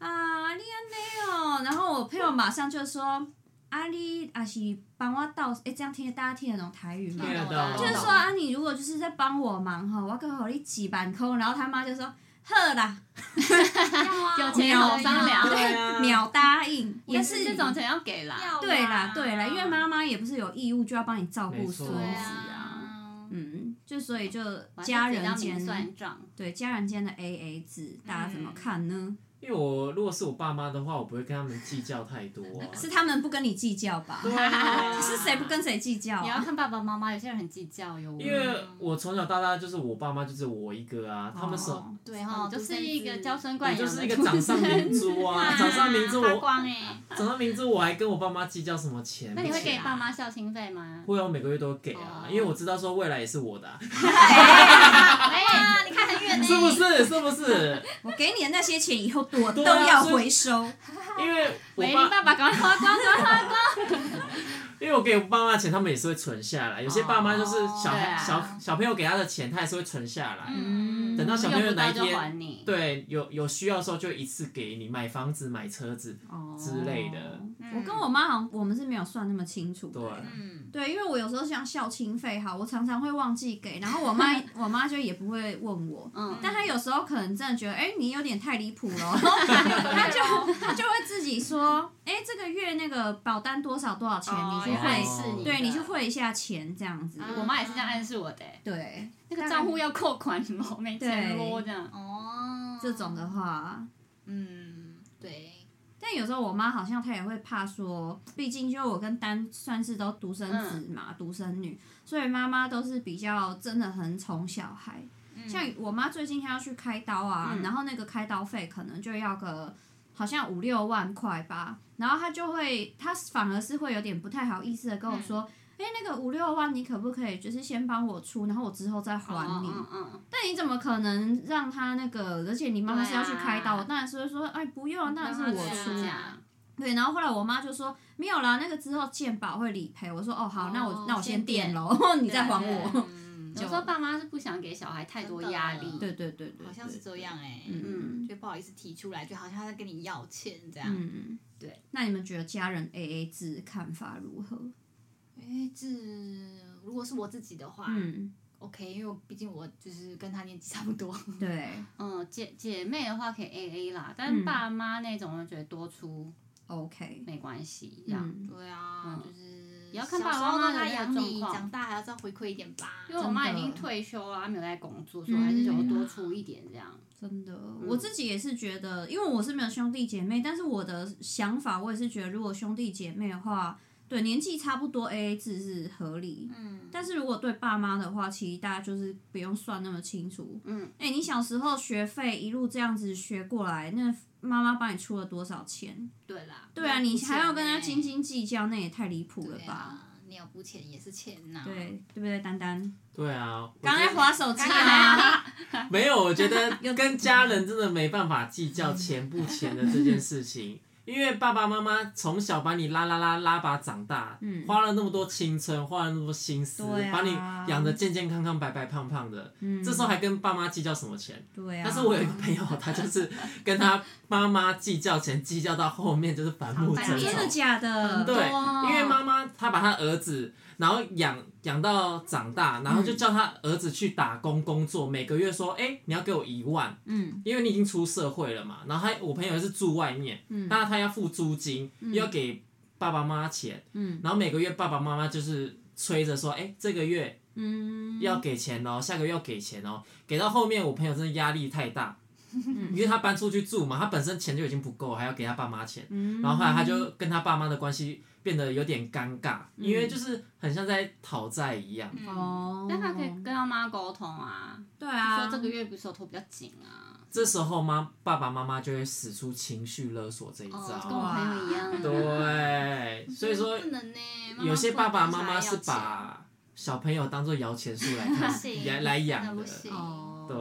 Speaker 4: 啊，你安尼哦。然后我朋友马上就说，啊，你啊是帮我倒，哎，这样听大家听得懂台语吗？
Speaker 1: 听得到，
Speaker 4: 就是说啊，你如果就是在帮我忙哈，我跟好你几板空，然后他妈就说呵啦，
Speaker 3: 有钱好商量。
Speaker 1: 对啊，
Speaker 4: 秒答应，也
Speaker 3: 但
Speaker 4: 是
Speaker 3: 是这种钱啊要给啦。
Speaker 2: 要
Speaker 4: 对啦
Speaker 2: 啦
Speaker 4: 对啦，因为妈妈也不是有义务就要帮你照顾
Speaker 1: 没错
Speaker 4: 孙子
Speaker 2: 对
Speaker 4: 啊，
Speaker 2: 啊，
Speaker 4: 嗯，就所以就
Speaker 3: 我还是
Speaker 4: 家
Speaker 3: 觉
Speaker 4: 人
Speaker 3: 得要明
Speaker 4: 间
Speaker 3: 算账，
Speaker 4: 对家人间的 A A 制，大家怎么
Speaker 2: 嗯
Speaker 4: 看呢？
Speaker 1: 因为我如果是我爸妈的话，我不会跟他们计较太多、啊。
Speaker 4: 是他们不跟你计较吧？
Speaker 1: 对啊，
Speaker 4: 是谁不跟谁计较
Speaker 3: 你要
Speaker 4: 啊？
Speaker 3: 看爸爸妈妈，有些人很计较哟。
Speaker 1: 因为我从小到大就是我爸妈就是我一个啊，他们什
Speaker 4: 哦
Speaker 2: 对
Speaker 3: 哦，
Speaker 2: 哈，
Speaker 3: 你就
Speaker 2: 独
Speaker 3: 是
Speaker 2: 生
Speaker 3: 一
Speaker 2: 子
Speaker 3: 个娇生
Speaker 1: 我
Speaker 3: 惯养
Speaker 1: 就
Speaker 3: 的
Speaker 1: 是一个掌上明珠啊，掌上明 珠
Speaker 2: 发
Speaker 1: 我
Speaker 2: 光哎，
Speaker 1: 掌上明珠我还跟我爸妈计较什么钱？
Speaker 3: 那你
Speaker 1: 钱
Speaker 3: 会
Speaker 1: 啊
Speaker 3: 给你爸妈孝心费吗？
Speaker 1: 会啊，我每个月都给啊，
Speaker 3: 哦
Speaker 1: 因为我知道说未来也是我的啊、
Speaker 2: 哇，你看很远 呢，
Speaker 1: 是不是？是不是？
Speaker 4: 我给你的那些钱以后我都
Speaker 1: 对啊
Speaker 4: 要
Speaker 1: 所以
Speaker 4: 回收，
Speaker 1: 因为我
Speaker 3: 喂，你
Speaker 1: 爸，
Speaker 3: 爸爸赶快花光，赶快花光。
Speaker 1: 因为因为我给我爸妈的钱，他们也是会存下来。有些爸妈就是小
Speaker 3: 对
Speaker 1: 孩、
Speaker 3: 啊
Speaker 1: 小小朋友给他的钱，他也是会存下来。
Speaker 3: 嗯，
Speaker 1: 等到小朋友
Speaker 3: 用不到
Speaker 1: 哪一天
Speaker 3: 就还你，
Speaker 1: 对，有有需要的时候就一次给你买房子、买车子。
Speaker 4: 哦
Speaker 1: 之类的
Speaker 4: 我跟我妈好像我们是没有算那么清楚的。
Speaker 1: 对，
Speaker 2: 嗯，
Speaker 4: 对，因为我有时候像校庆费哈，我常常会忘记给，然后我妈我妈就也不会问我。
Speaker 3: 嗯，
Speaker 4: 但她有时候可能真的觉得，哎、你有点太离谱了，然后她就她就会自己说，哎、这个月那个保单多少多少钱，
Speaker 2: 哦
Speaker 4: 你去
Speaker 1: 原来
Speaker 4: 汇，
Speaker 1: 是你的
Speaker 4: 对你去汇一下钱这样子。
Speaker 3: 我妈也是这样暗示我的欸、
Speaker 4: 对，
Speaker 3: 啊那个账户要扣款，什么我没钱咯这样。
Speaker 2: 哦，
Speaker 4: 这种的，话，
Speaker 2: 嗯，对，
Speaker 4: 但有时候我妈好像她也会怕说，毕竟就我跟丹算是都独生子
Speaker 3: 嗯
Speaker 4: 嘛，独、生女，所以妈妈都是比较真的很宠小孩。像我妈最近她要去开刀啊，
Speaker 3: 嗯
Speaker 4: 然后那个开刀费可能就要个好像五六万块吧，然后她就会，她反而是会有点不太好意思的跟我
Speaker 3: 嗯
Speaker 4: 说，哎、那个五六万你可不可以就是先帮我出，然后我之后再还你？
Speaker 3: 嗯嗯嗯，
Speaker 4: 但你怎么可能让她那个？而且你妈妈是要去开刀，
Speaker 3: 对啊
Speaker 4: 我当然是会说，哎，不用啊，当然是
Speaker 3: 让
Speaker 4: 我
Speaker 3: 她
Speaker 4: 出
Speaker 3: 这
Speaker 2: 啊
Speaker 3: 样
Speaker 4: 对，然后后来我妈就说没有啦，那个之后健保会理赔。我说哦好，那我
Speaker 3: 哦
Speaker 4: 那我
Speaker 3: 先
Speaker 4: 先垫
Speaker 3: 垫
Speaker 4: 喽， 你再还我。
Speaker 2: 嗯，
Speaker 3: 有时候爸妈是不想给小孩太多压力，
Speaker 2: 真
Speaker 4: 对对对对，
Speaker 2: 好像是这样哎，
Speaker 4: 对。嗯
Speaker 2: 就不好意思提出来，就好像他在跟你要钱这样。
Speaker 4: 嗯，
Speaker 3: 对。
Speaker 4: 那你们觉得家人 A A 制看法如何？
Speaker 2: 哎，这如果是我自己的话、
Speaker 4: 嗯，
Speaker 2: o k 因为我毕竟我就是跟他年纪差不多。
Speaker 4: 对
Speaker 3: 嗯，姐姐妹的话可以 A A 啦，但
Speaker 4: 嗯
Speaker 3: 是爸妈那种我觉得多出
Speaker 4: ，OK。
Speaker 3: 没关系，这样。
Speaker 4: 嗯，
Speaker 2: 对啊，
Speaker 3: 嗯
Speaker 2: 就是
Speaker 3: 也要看爸爸
Speaker 2: 小时候
Speaker 3: 妈妈
Speaker 2: 让他
Speaker 3: 的
Speaker 2: 养你，
Speaker 3: 状况
Speaker 2: 长大还要再回馈一点吧。
Speaker 3: 因为我妈已经
Speaker 4: 真的嗯
Speaker 3: 退休啦，她没有在工作，所以我还是想要多出一点这样。
Speaker 4: 真的，我自己也是觉得，因为我是没有兄弟姐妹，但是我的想法我也是觉得，如果兄弟姐妹的话，对年纪差不多 A A 制是合理。嗯，但是如果对爸妈的话，其实大家就是不用算那么清楚。
Speaker 3: 嗯，
Speaker 4: 哎、你小时候学费一路这样子学过来，那妈妈帮你出了多少钱？
Speaker 3: 对啦，
Speaker 4: 对啊，你
Speaker 2: 不
Speaker 4: 还要跟她
Speaker 2: 钱欸
Speaker 4: 斤斤计较，那也太离谱了
Speaker 2: 对
Speaker 4: 吧？
Speaker 2: 啊，尿布钱也是钱呐、
Speaker 4: 对对不对，丹丹？
Speaker 1: 对啊，我
Speaker 4: 刚
Speaker 1: 觉
Speaker 4: 才
Speaker 1: 得
Speaker 4: 划手机啊，
Speaker 1: 没有，我觉 得跟家人真的没办法计较钱不钱的这件事 情，因为爸爸妈妈从小把你拉拉拉拉拔长大，
Speaker 4: 嗯
Speaker 1: 花了那么多青春，花了那么多心思，
Speaker 4: 对啊
Speaker 1: 把你养得健健康康、白白胖胖的，
Speaker 4: 嗯
Speaker 1: 这时候还跟爸妈计较什么钱？
Speaker 4: 对啊。
Speaker 1: 但是我有一个朋友，他就是跟他妈妈计较钱，计较到后面就是反目
Speaker 3: 反
Speaker 1: 争
Speaker 3: 目
Speaker 4: 真
Speaker 1: 吵
Speaker 4: 的。假的？
Speaker 1: 嗯对，
Speaker 3: 哇
Speaker 1: 因为妈妈她把她儿子，然后养养到长大，然后就叫她儿子去打工工作，每个月说，哎、你要给我一万，
Speaker 4: 嗯
Speaker 1: 因为你已经出社会了嘛。然后他我朋友是住外面，
Speaker 4: 嗯
Speaker 1: 那他要付租金，又要给爸爸妈妈钱，
Speaker 4: 嗯
Speaker 1: 然后每个月爸爸妈妈就是催着说，哎、这个月
Speaker 4: 嗯，
Speaker 1: 要给钱哦，下个月要给钱哦，给到后面我朋友真的压力太大。
Speaker 3: 嗯
Speaker 1: 因为他搬出去住嘛，他本身钱就已经不够，还要给他爸妈钱，
Speaker 4: 嗯
Speaker 1: 然后后来他就跟他爸妈的关系变得有点尴尬，
Speaker 4: 嗯
Speaker 1: 因为就是很像在讨债一样。
Speaker 2: 嗯
Speaker 4: 哦，
Speaker 3: 但她可以跟她妈沟通啊，
Speaker 4: 对
Speaker 3: 就
Speaker 4: 啊，
Speaker 3: 说这个月不是手头比较紧啊，
Speaker 1: 这时候妈爸爸妈妈就会使出情绪勒索这一招，
Speaker 3: 哦，跟我朋友一样啊。
Speaker 1: 对，所以说
Speaker 2: 不能呢、妈妈
Speaker 1: 有些
Speaker 2: 不能
Speaker 1: 爸爸
Speaker 2: 跟
Speaker 1: 妈妈
Speaker 2: 小孩要
Speaker 1: 是把小朋友当做摇钱树来 看
Speaker 2: 行
Speaker 1: 来来养
Speaker 2: 那
Speaker 1: 的
Speaker 2: 不，行
Speaker 4: 哦，
Speaker 1: 对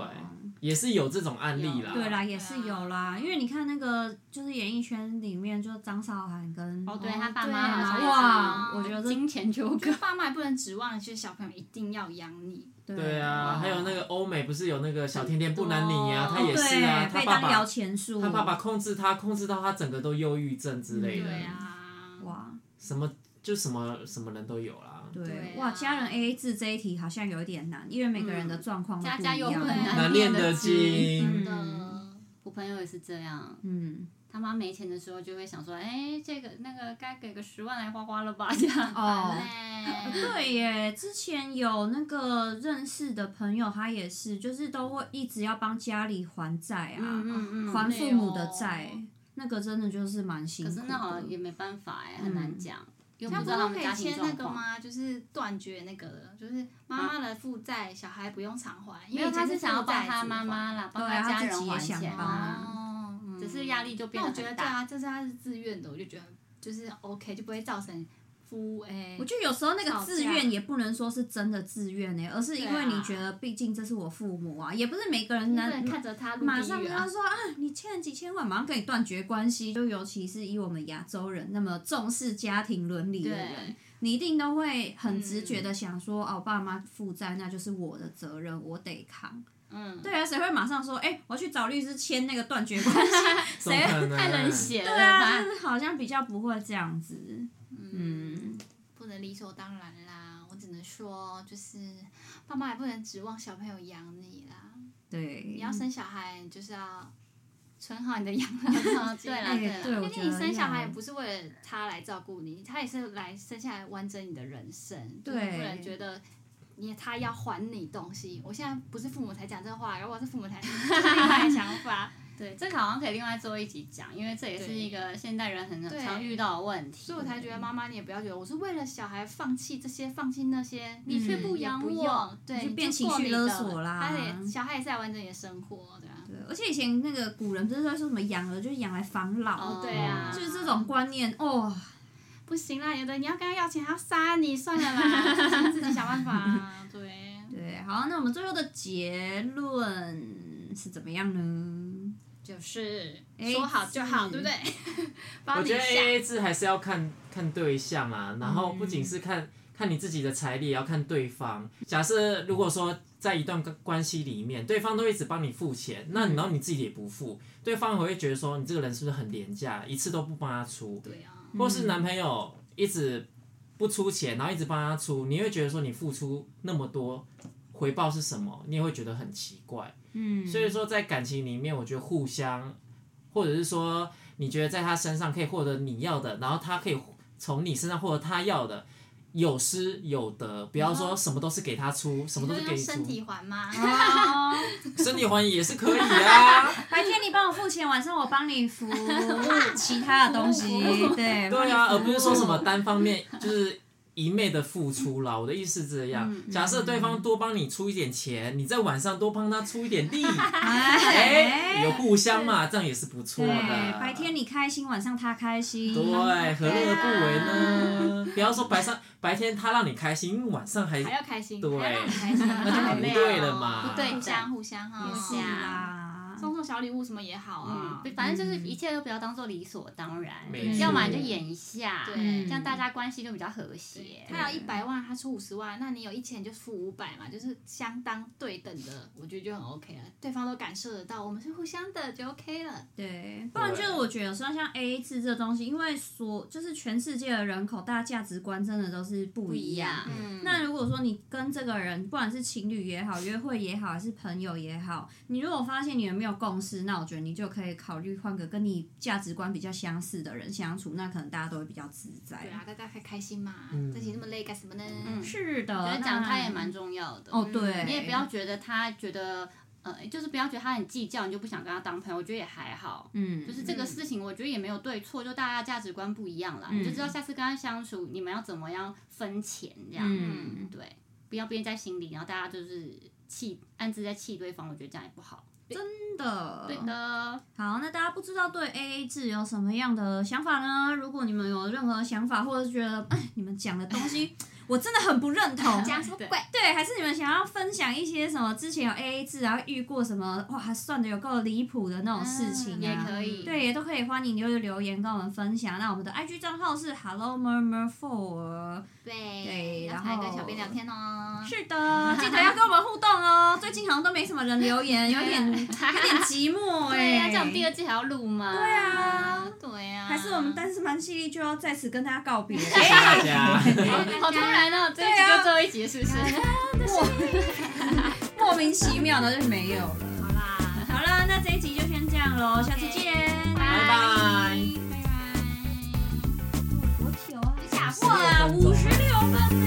Speaker 1: 也是有这种案例啦。
Speaker 4: 对啊啦，也是有
Speaker 3: 啊
Speaker 4: 啦，因为你看那个就是演艺圈里面，就张韶涵跟
Speaker 3: 哦，对他爸
Speaker 2: 对
Speaker 3: 妈好像
Speaker 2: 啊
Speaker 3: 也是
Speaker 4: 哇，我觉得
Speaker 3: 金钱纠
Speaker 2: 钱，
Speaker 3: 葛
Speaker 2: 就，爸妈也不能指望就是小朋友一定要养你，
Speaker 1: 对啊，还有那个欧美不是有那个小甜甜不能你啊，
Speaker 3: 很多
Speaker 1: 他也是啊，
Speaker 4: 哦对，
Speaker 1: 他
Speaker 4: 被
Speaker 1: 爸
Speaker 4: 当摇
Speaker 1: 爸
Speaker 4: 钱树，
Speaker 1: 他爸爸控制他，控制到他整个都忧郁症之类的，
Speaker 2: 对啊，
Speaker 4: 哇，
Speaker 1: 什么就什么什么人都有啦。
Speaker 4: 对
Speaker 2: 对啊
Speaker 4: 哇，家人 A A 制这一题好像有一点难，因为每个人的状况都
Speaker 3: 家
Speaker 4: 不
Speaker 3: 嗯家
Speaker 4: 一
Speaker 3: 有啊本
Speaker 4: 样，
Speaker 1: 难念的经
Speaker 2: 真的。
Speaker 4: 嗯
Speaker 3: 我朋友也是这样。
Speaker 4: 嗯，
Speaker 3: 他妈没钱的时候就会想说，哎、这个那个该给个十万来花花了吧，这样。
Speaker 4: 哦。
Speaker 3: 欸
Speaker 2: 哎
Speaker 4: 对耶，之前有那个认识的朋友，他也是，就是都会一直要帮家里还债啊，
Speaker 3: 嗯嗯嗯
Speaker 4: 还父母的
Speaker 2: 好
Speaker 4: 债
Speaker 2: 累哦，
Speaker 4: 那个真的就是蛮辛苦
Speaker 3: 可
Speaker 4: 的。
Speaker 3: 是那好像也没办法哎、很难讲，因
Speaker 2: 嗯
Speaker 3: 为
Speaker 2: 他
Speaker 3: 不
Speaker 2: 不
Speaker 3: 知道他
Speaker 2: 是
Speaker 3: 们
Speaker 2: 可
Speaker 3: 家
Speaker 2: 以
Speaker 3: 庭
Speaker 2: 签那
Speaker 3: 状
Speaker 2: 个
Speaker 3: 况。啊
Speaker 2: 吗？就是断绝那个的，就是妈妈的负债，小孩不用偿还，因为
Speaker 3: 没有，
Speaker 2: 以前
Speaker 3: 他是想要
Speaker 2: 负债
Speaker 3: 帮他
Speaker 2: 族
Speaker 3: 妈妈啦，帮
Speaker 4: 对啊
Speaker 3: 家
Speaker 4: 他自
Speaker 3: 人
Speaker 4: 己也
Speaker 3: 还
Speaker 4: 想
Speaker 3: 钱
Speaker 4: 帮
Speaker 3: 啊，
Speaker 2: 哦，嗯
Speaker 3: 只是压力就变
Speaker 2: 那我
Speaker 3: 得
Speaker 2: 觉得
Speaker 3: 很
Speaker 2: 对
Speaker 3: 大。
Speaker 2: 啊，这是他是自愿的，我就觉得就是 OK，就不会造成夫诶、
Speaker 4: 我觉得有时候那个
Speaker 2: 哎吵
Speaker 4: 自
Speaker 2: 架
Speaker 4: 愿也不能说是真的自愿呢、而是因为
Speaker 2: 对
Speaker 4: 你
Speaker 2: 啊
Speaker 4: 觉得，毕竟这是我父母啊，也不是每个人
Speaker 2: 不
Speaker 4: 能
Speaker 2: 能看着他入
Speaker 4: 马
Speaker 2: 地
Speaker 4: 上
Speaker 2: 狱
Speaker 4: 跟他
Speaker 2: 啊。
Speaker 4: 说啊，你欠几千万，马上跟你断绝关系。就尤其是以我们亚洲人那么重视家庭伦理的人
Speaker 3: 对，
Speaker 4: 你一定都会很直觉
Speaker 2: 嗯
Speaker 4: 的想说，哦，爸妈负债那就是我的责任，我得扛。
Speaker 3: 嗯，
Speaker 4: 对啊，谁会马上说，哎、我要去找律师签那个断绝 关系？
Speaker 1: 怎么可能？
Speaker 3: 太冷血了，。
Speaker 4: 对 啊，好像比较不会这样子。嗯，
Speaker 2: 不能理所当然啦。我只能说，就是爸妈也不能指望小朋友养你啦。
Speaker 4: 嗯对。
Speaker 2: 你要生小孩，你就是要存好你的养老金
Speaker 3: 哦对啦
Speaker 4: 哎、
Speaker 3: 对
Speaker 4: 对，
Speaker 2: 因
Speaker 4: 我
Speaker 2: 为
Speaker 4: 觉
Speaker 2: 你
Speaker 4: 得
Speaker 2: 生小
Speaker 4: 要
Speaker 2: 孩也不是为了他来照顾你，他也是来生下来完整你的人生。
Speaker 4: 对
Speaker 2: 就是不能觉得你他要还你东西。我现在不是父母才讲这话，如果是父母才 就是另外的想法。
Speaker 3: 对，这个好像可以另外做一集讲，因为这也是一个现代人很
Speaker 2: 对
Speaker 3: 常遇到的问题。
Speaker 2: 所以我才觉得妈妈，你也不要觉得我是为了小孩放弃这些，放弃那些，
Speaker 3: 你却
Speaker 2: 嗯
Speaker 3: 不
Speaker 2: 也
Speaker 3: 养
Speaker 2: 不
Speaker 3: 我
Speaker 2: 用对，
Speaker 4: 你就
Speaker 2: 你
Speaker 4: 变
Speaker 2: 就
Speaker 4: 情
Speaker 2: 过
Speaker 4: 绪
Speaker 2: 你
Speaker 4: 勒
Speaker 2: 的
Speaker 4: 索啦
Speaker 2: 他也小孩也在完整你的生活，对啊。
Speaker 4: 对，而且以前那个古人不是会说什么养儿就是养来防老，
Speaker 2: 哦，对啊，
Speaker 4: 就是这种观念哦。
Speaker 2: 不行啦，有的你要跟他要钱，还要杀你，算了啦，自己自己想办法啊，对。
Speaker 4: 对，好，那我们最后的结论是怎么样呢？
Speaker 2: 就是
Speaker 3: 哎
Speaker 4: 诶
Speaker 2: 说好就好，对
Speaker 4: 是
Speaker 2: 不对？ 帮
Speaker 1: 我
Speaker 2: 你嗯
Speaker 1: 觉得
Speaker 2: 想，
Speaker 1: A A 制还是要看看对象啊，然后不仅是看、看你自己的财力，也要看对方。假设如果说在一段关关系里面，对方都一直帮你付钱，
Speaker 2: 嗯
Speaker 1: 那你然后你自己也不付，对方会觉得说你这个人是不是很廉价，一次都不帮他出，
Speaker 2: 对啊，
Speaker 1: 或是男朋友一直不出钱，然后一直帮他出，你会觉得说你付出那么多，回报是什么？你也会觉得很奇怪。
Speaker 4: 嗯，
Speaker 1: 所以说，在感情里面，我觉得互相，或者是说，你觉得在他身上可以获得你要的，然后他可以从你身上获得他要的，有失有得，不要说什么都是给他出，什么都
Speaker 2: 就是
Speaker 1: 给
Speaker 2: 用
Speaker 1: 你出，
Speaker 2: 身体还吗？
Speaker 4: 哦，
Speaker 1: 身体还也是可以 啊。
Speaker 4: 白天你帮我付钱，晚上我帮你付其他的东西，对，
Speaker 1: 对啊，而不是说什
Speaker 4: 哦
Speaker 1: 么单方面就是一昧的付出啦。我的意思是这样，
Speaker 4: 嗯
Speaker 1: 假设对方多帮你出一点钱，你在晚上多帮他出一 点力，哎、
Speaker 4: 哎，
Speaker 1: 有互相嘛，这样也是不错
Speaker 4: 对，
Speaker 1: 的。
Speaker 4: 白天你开心，晚上他开心，
Speaker 1: 对，啊何乐而不为呢？不要说白上白天他让你开心，晚上还
Speaker 4: 哎
Speaker 2: 还要开心，
Speaker 1: 对
Speaker 2: 还要让你开 心，
Speaker 1: 那就不对了嘛
Speaker 2: 不对，互
Speaker 3: 不对
Speaker 2: 相互相哈，
Speaker 4: 也是啦，
Speaker 2: 送送小礼物什么也好啊，
Speaker 3: 嗯，反正就是一切都不要当做理所当然，
Speaker 1: 没
Speaker 3: 要么
Speaker 1: 错
Speaker 3: 你就演一下，
Speaker 2: 对
Speaker 4: 嗯
Speaker 3: 这样大家关系就比较和谐。
Speaker 2: 他有一百万，他出五十万，那你有一千你就付五百嘛，就是相当对等的，我觉得就很 OK 了，对方都感受得到，我们是互相的就 OK 了，
Speaker 4: 对，不然就是我觉得说像 A 制这东西，因为所就是全世界的人口，大家价值观真的都是不一样。
Speaker 3: 嗯，
Speaker 2: 啊
Speaker 4: 那如果说你跟这个人，不管是情侣也好，约会也好，还是朋友也好，你如果发现你们没有共识，那我觉得你就可以考虑换个跟你价值观比较相似的人相处，那可能大家都会比较自在
Speaker 2: 对。啊，大家开开心嘛，
Speaker 1: 嗯
Speaker 2: 在一起那么累干什么呢？
Speaker 3: 嗯
Speaker 4: 是的，
Speaker 3: 觉得讲
Speaker 4: 那
Speaker 3: 他也蛮重要的。
Speaker 4: 哦，对，
Speaker 3: 你也不要觉得他觉得呃，就是不要觉得他很计较，你就不想跟他当朋友，我觉得也还好。
Speaker 4: 嗯，
Speaker 3: 就是这个事情，我觉得也没有对错，就大家价值观不一样啦，你就知道下次跟他相处，你们要怎么样分钱这样，
Speaker 4: 嗯
Speaker 3: 对，不要憋在心里，然后大家就是气暗自在气对方，我觉得这样也不好。
Speaker 4: 真的，
Speaker 3: 对 的，
Speaker 4: 好，那大家不知道对 A A 制有什么样的想法呢？如果你们有任何想法，或者是觉得哎，你们讲的东 西我真的很不认同，
Speaker 2: 讲什么鬼？
Speaker 4: 对，还是你们想要分享一些什么之前有 A A 制，然后遇过什么哇，算的有够离谱的那种事
Speaker 2: 嗯
Speaker 4: 情啊？
Speaker 3: 嗯也可以，
Speaker 4: 对，也都可以，欢迎留留言跟我们分享。那我们的 IG 账号是 Hello Murmur Four，
Speaker 2: 对，
Speaker 4: 对
Speaker 2: 要
Speaker 4: 然
Speaker 2: 常
Speaker 4: 后
Speaker 2: 跟小编聊天哦。
Speaker 4: 是的，记得要跟我们互动哦。最近好像都没什么人留言，有点有点寂寞哎、
Speaker 3: 对啊呀、这样第二季还要录吗？对啊，
Speaker 2: 对呀、啊，
Speaker 4: 还是我们单身蛮系列就要在此跟大家告 别。哎
Speaker 1: 谢谢大家。
Speaker 3: 好突然哦，这一集
Speaker 4: 啊
Speaker 3: 就最后一集是不是？
Speaker 4: 莫名其妙的就没有了。
Speaker 2: 好啦，
Speaker 4: 好了，那这一集就先这样喽，下次见，
Speaker 1: 拜拜。
Speaker 2: 拜拜。
Speaker 4: 多久啊
Speaker 2: 吓死
Speaker 4: 哇，
Speaker 1: 56分
Speaker 4: 五
Speaker 1: 钟
Speaker 4: 十六分呢、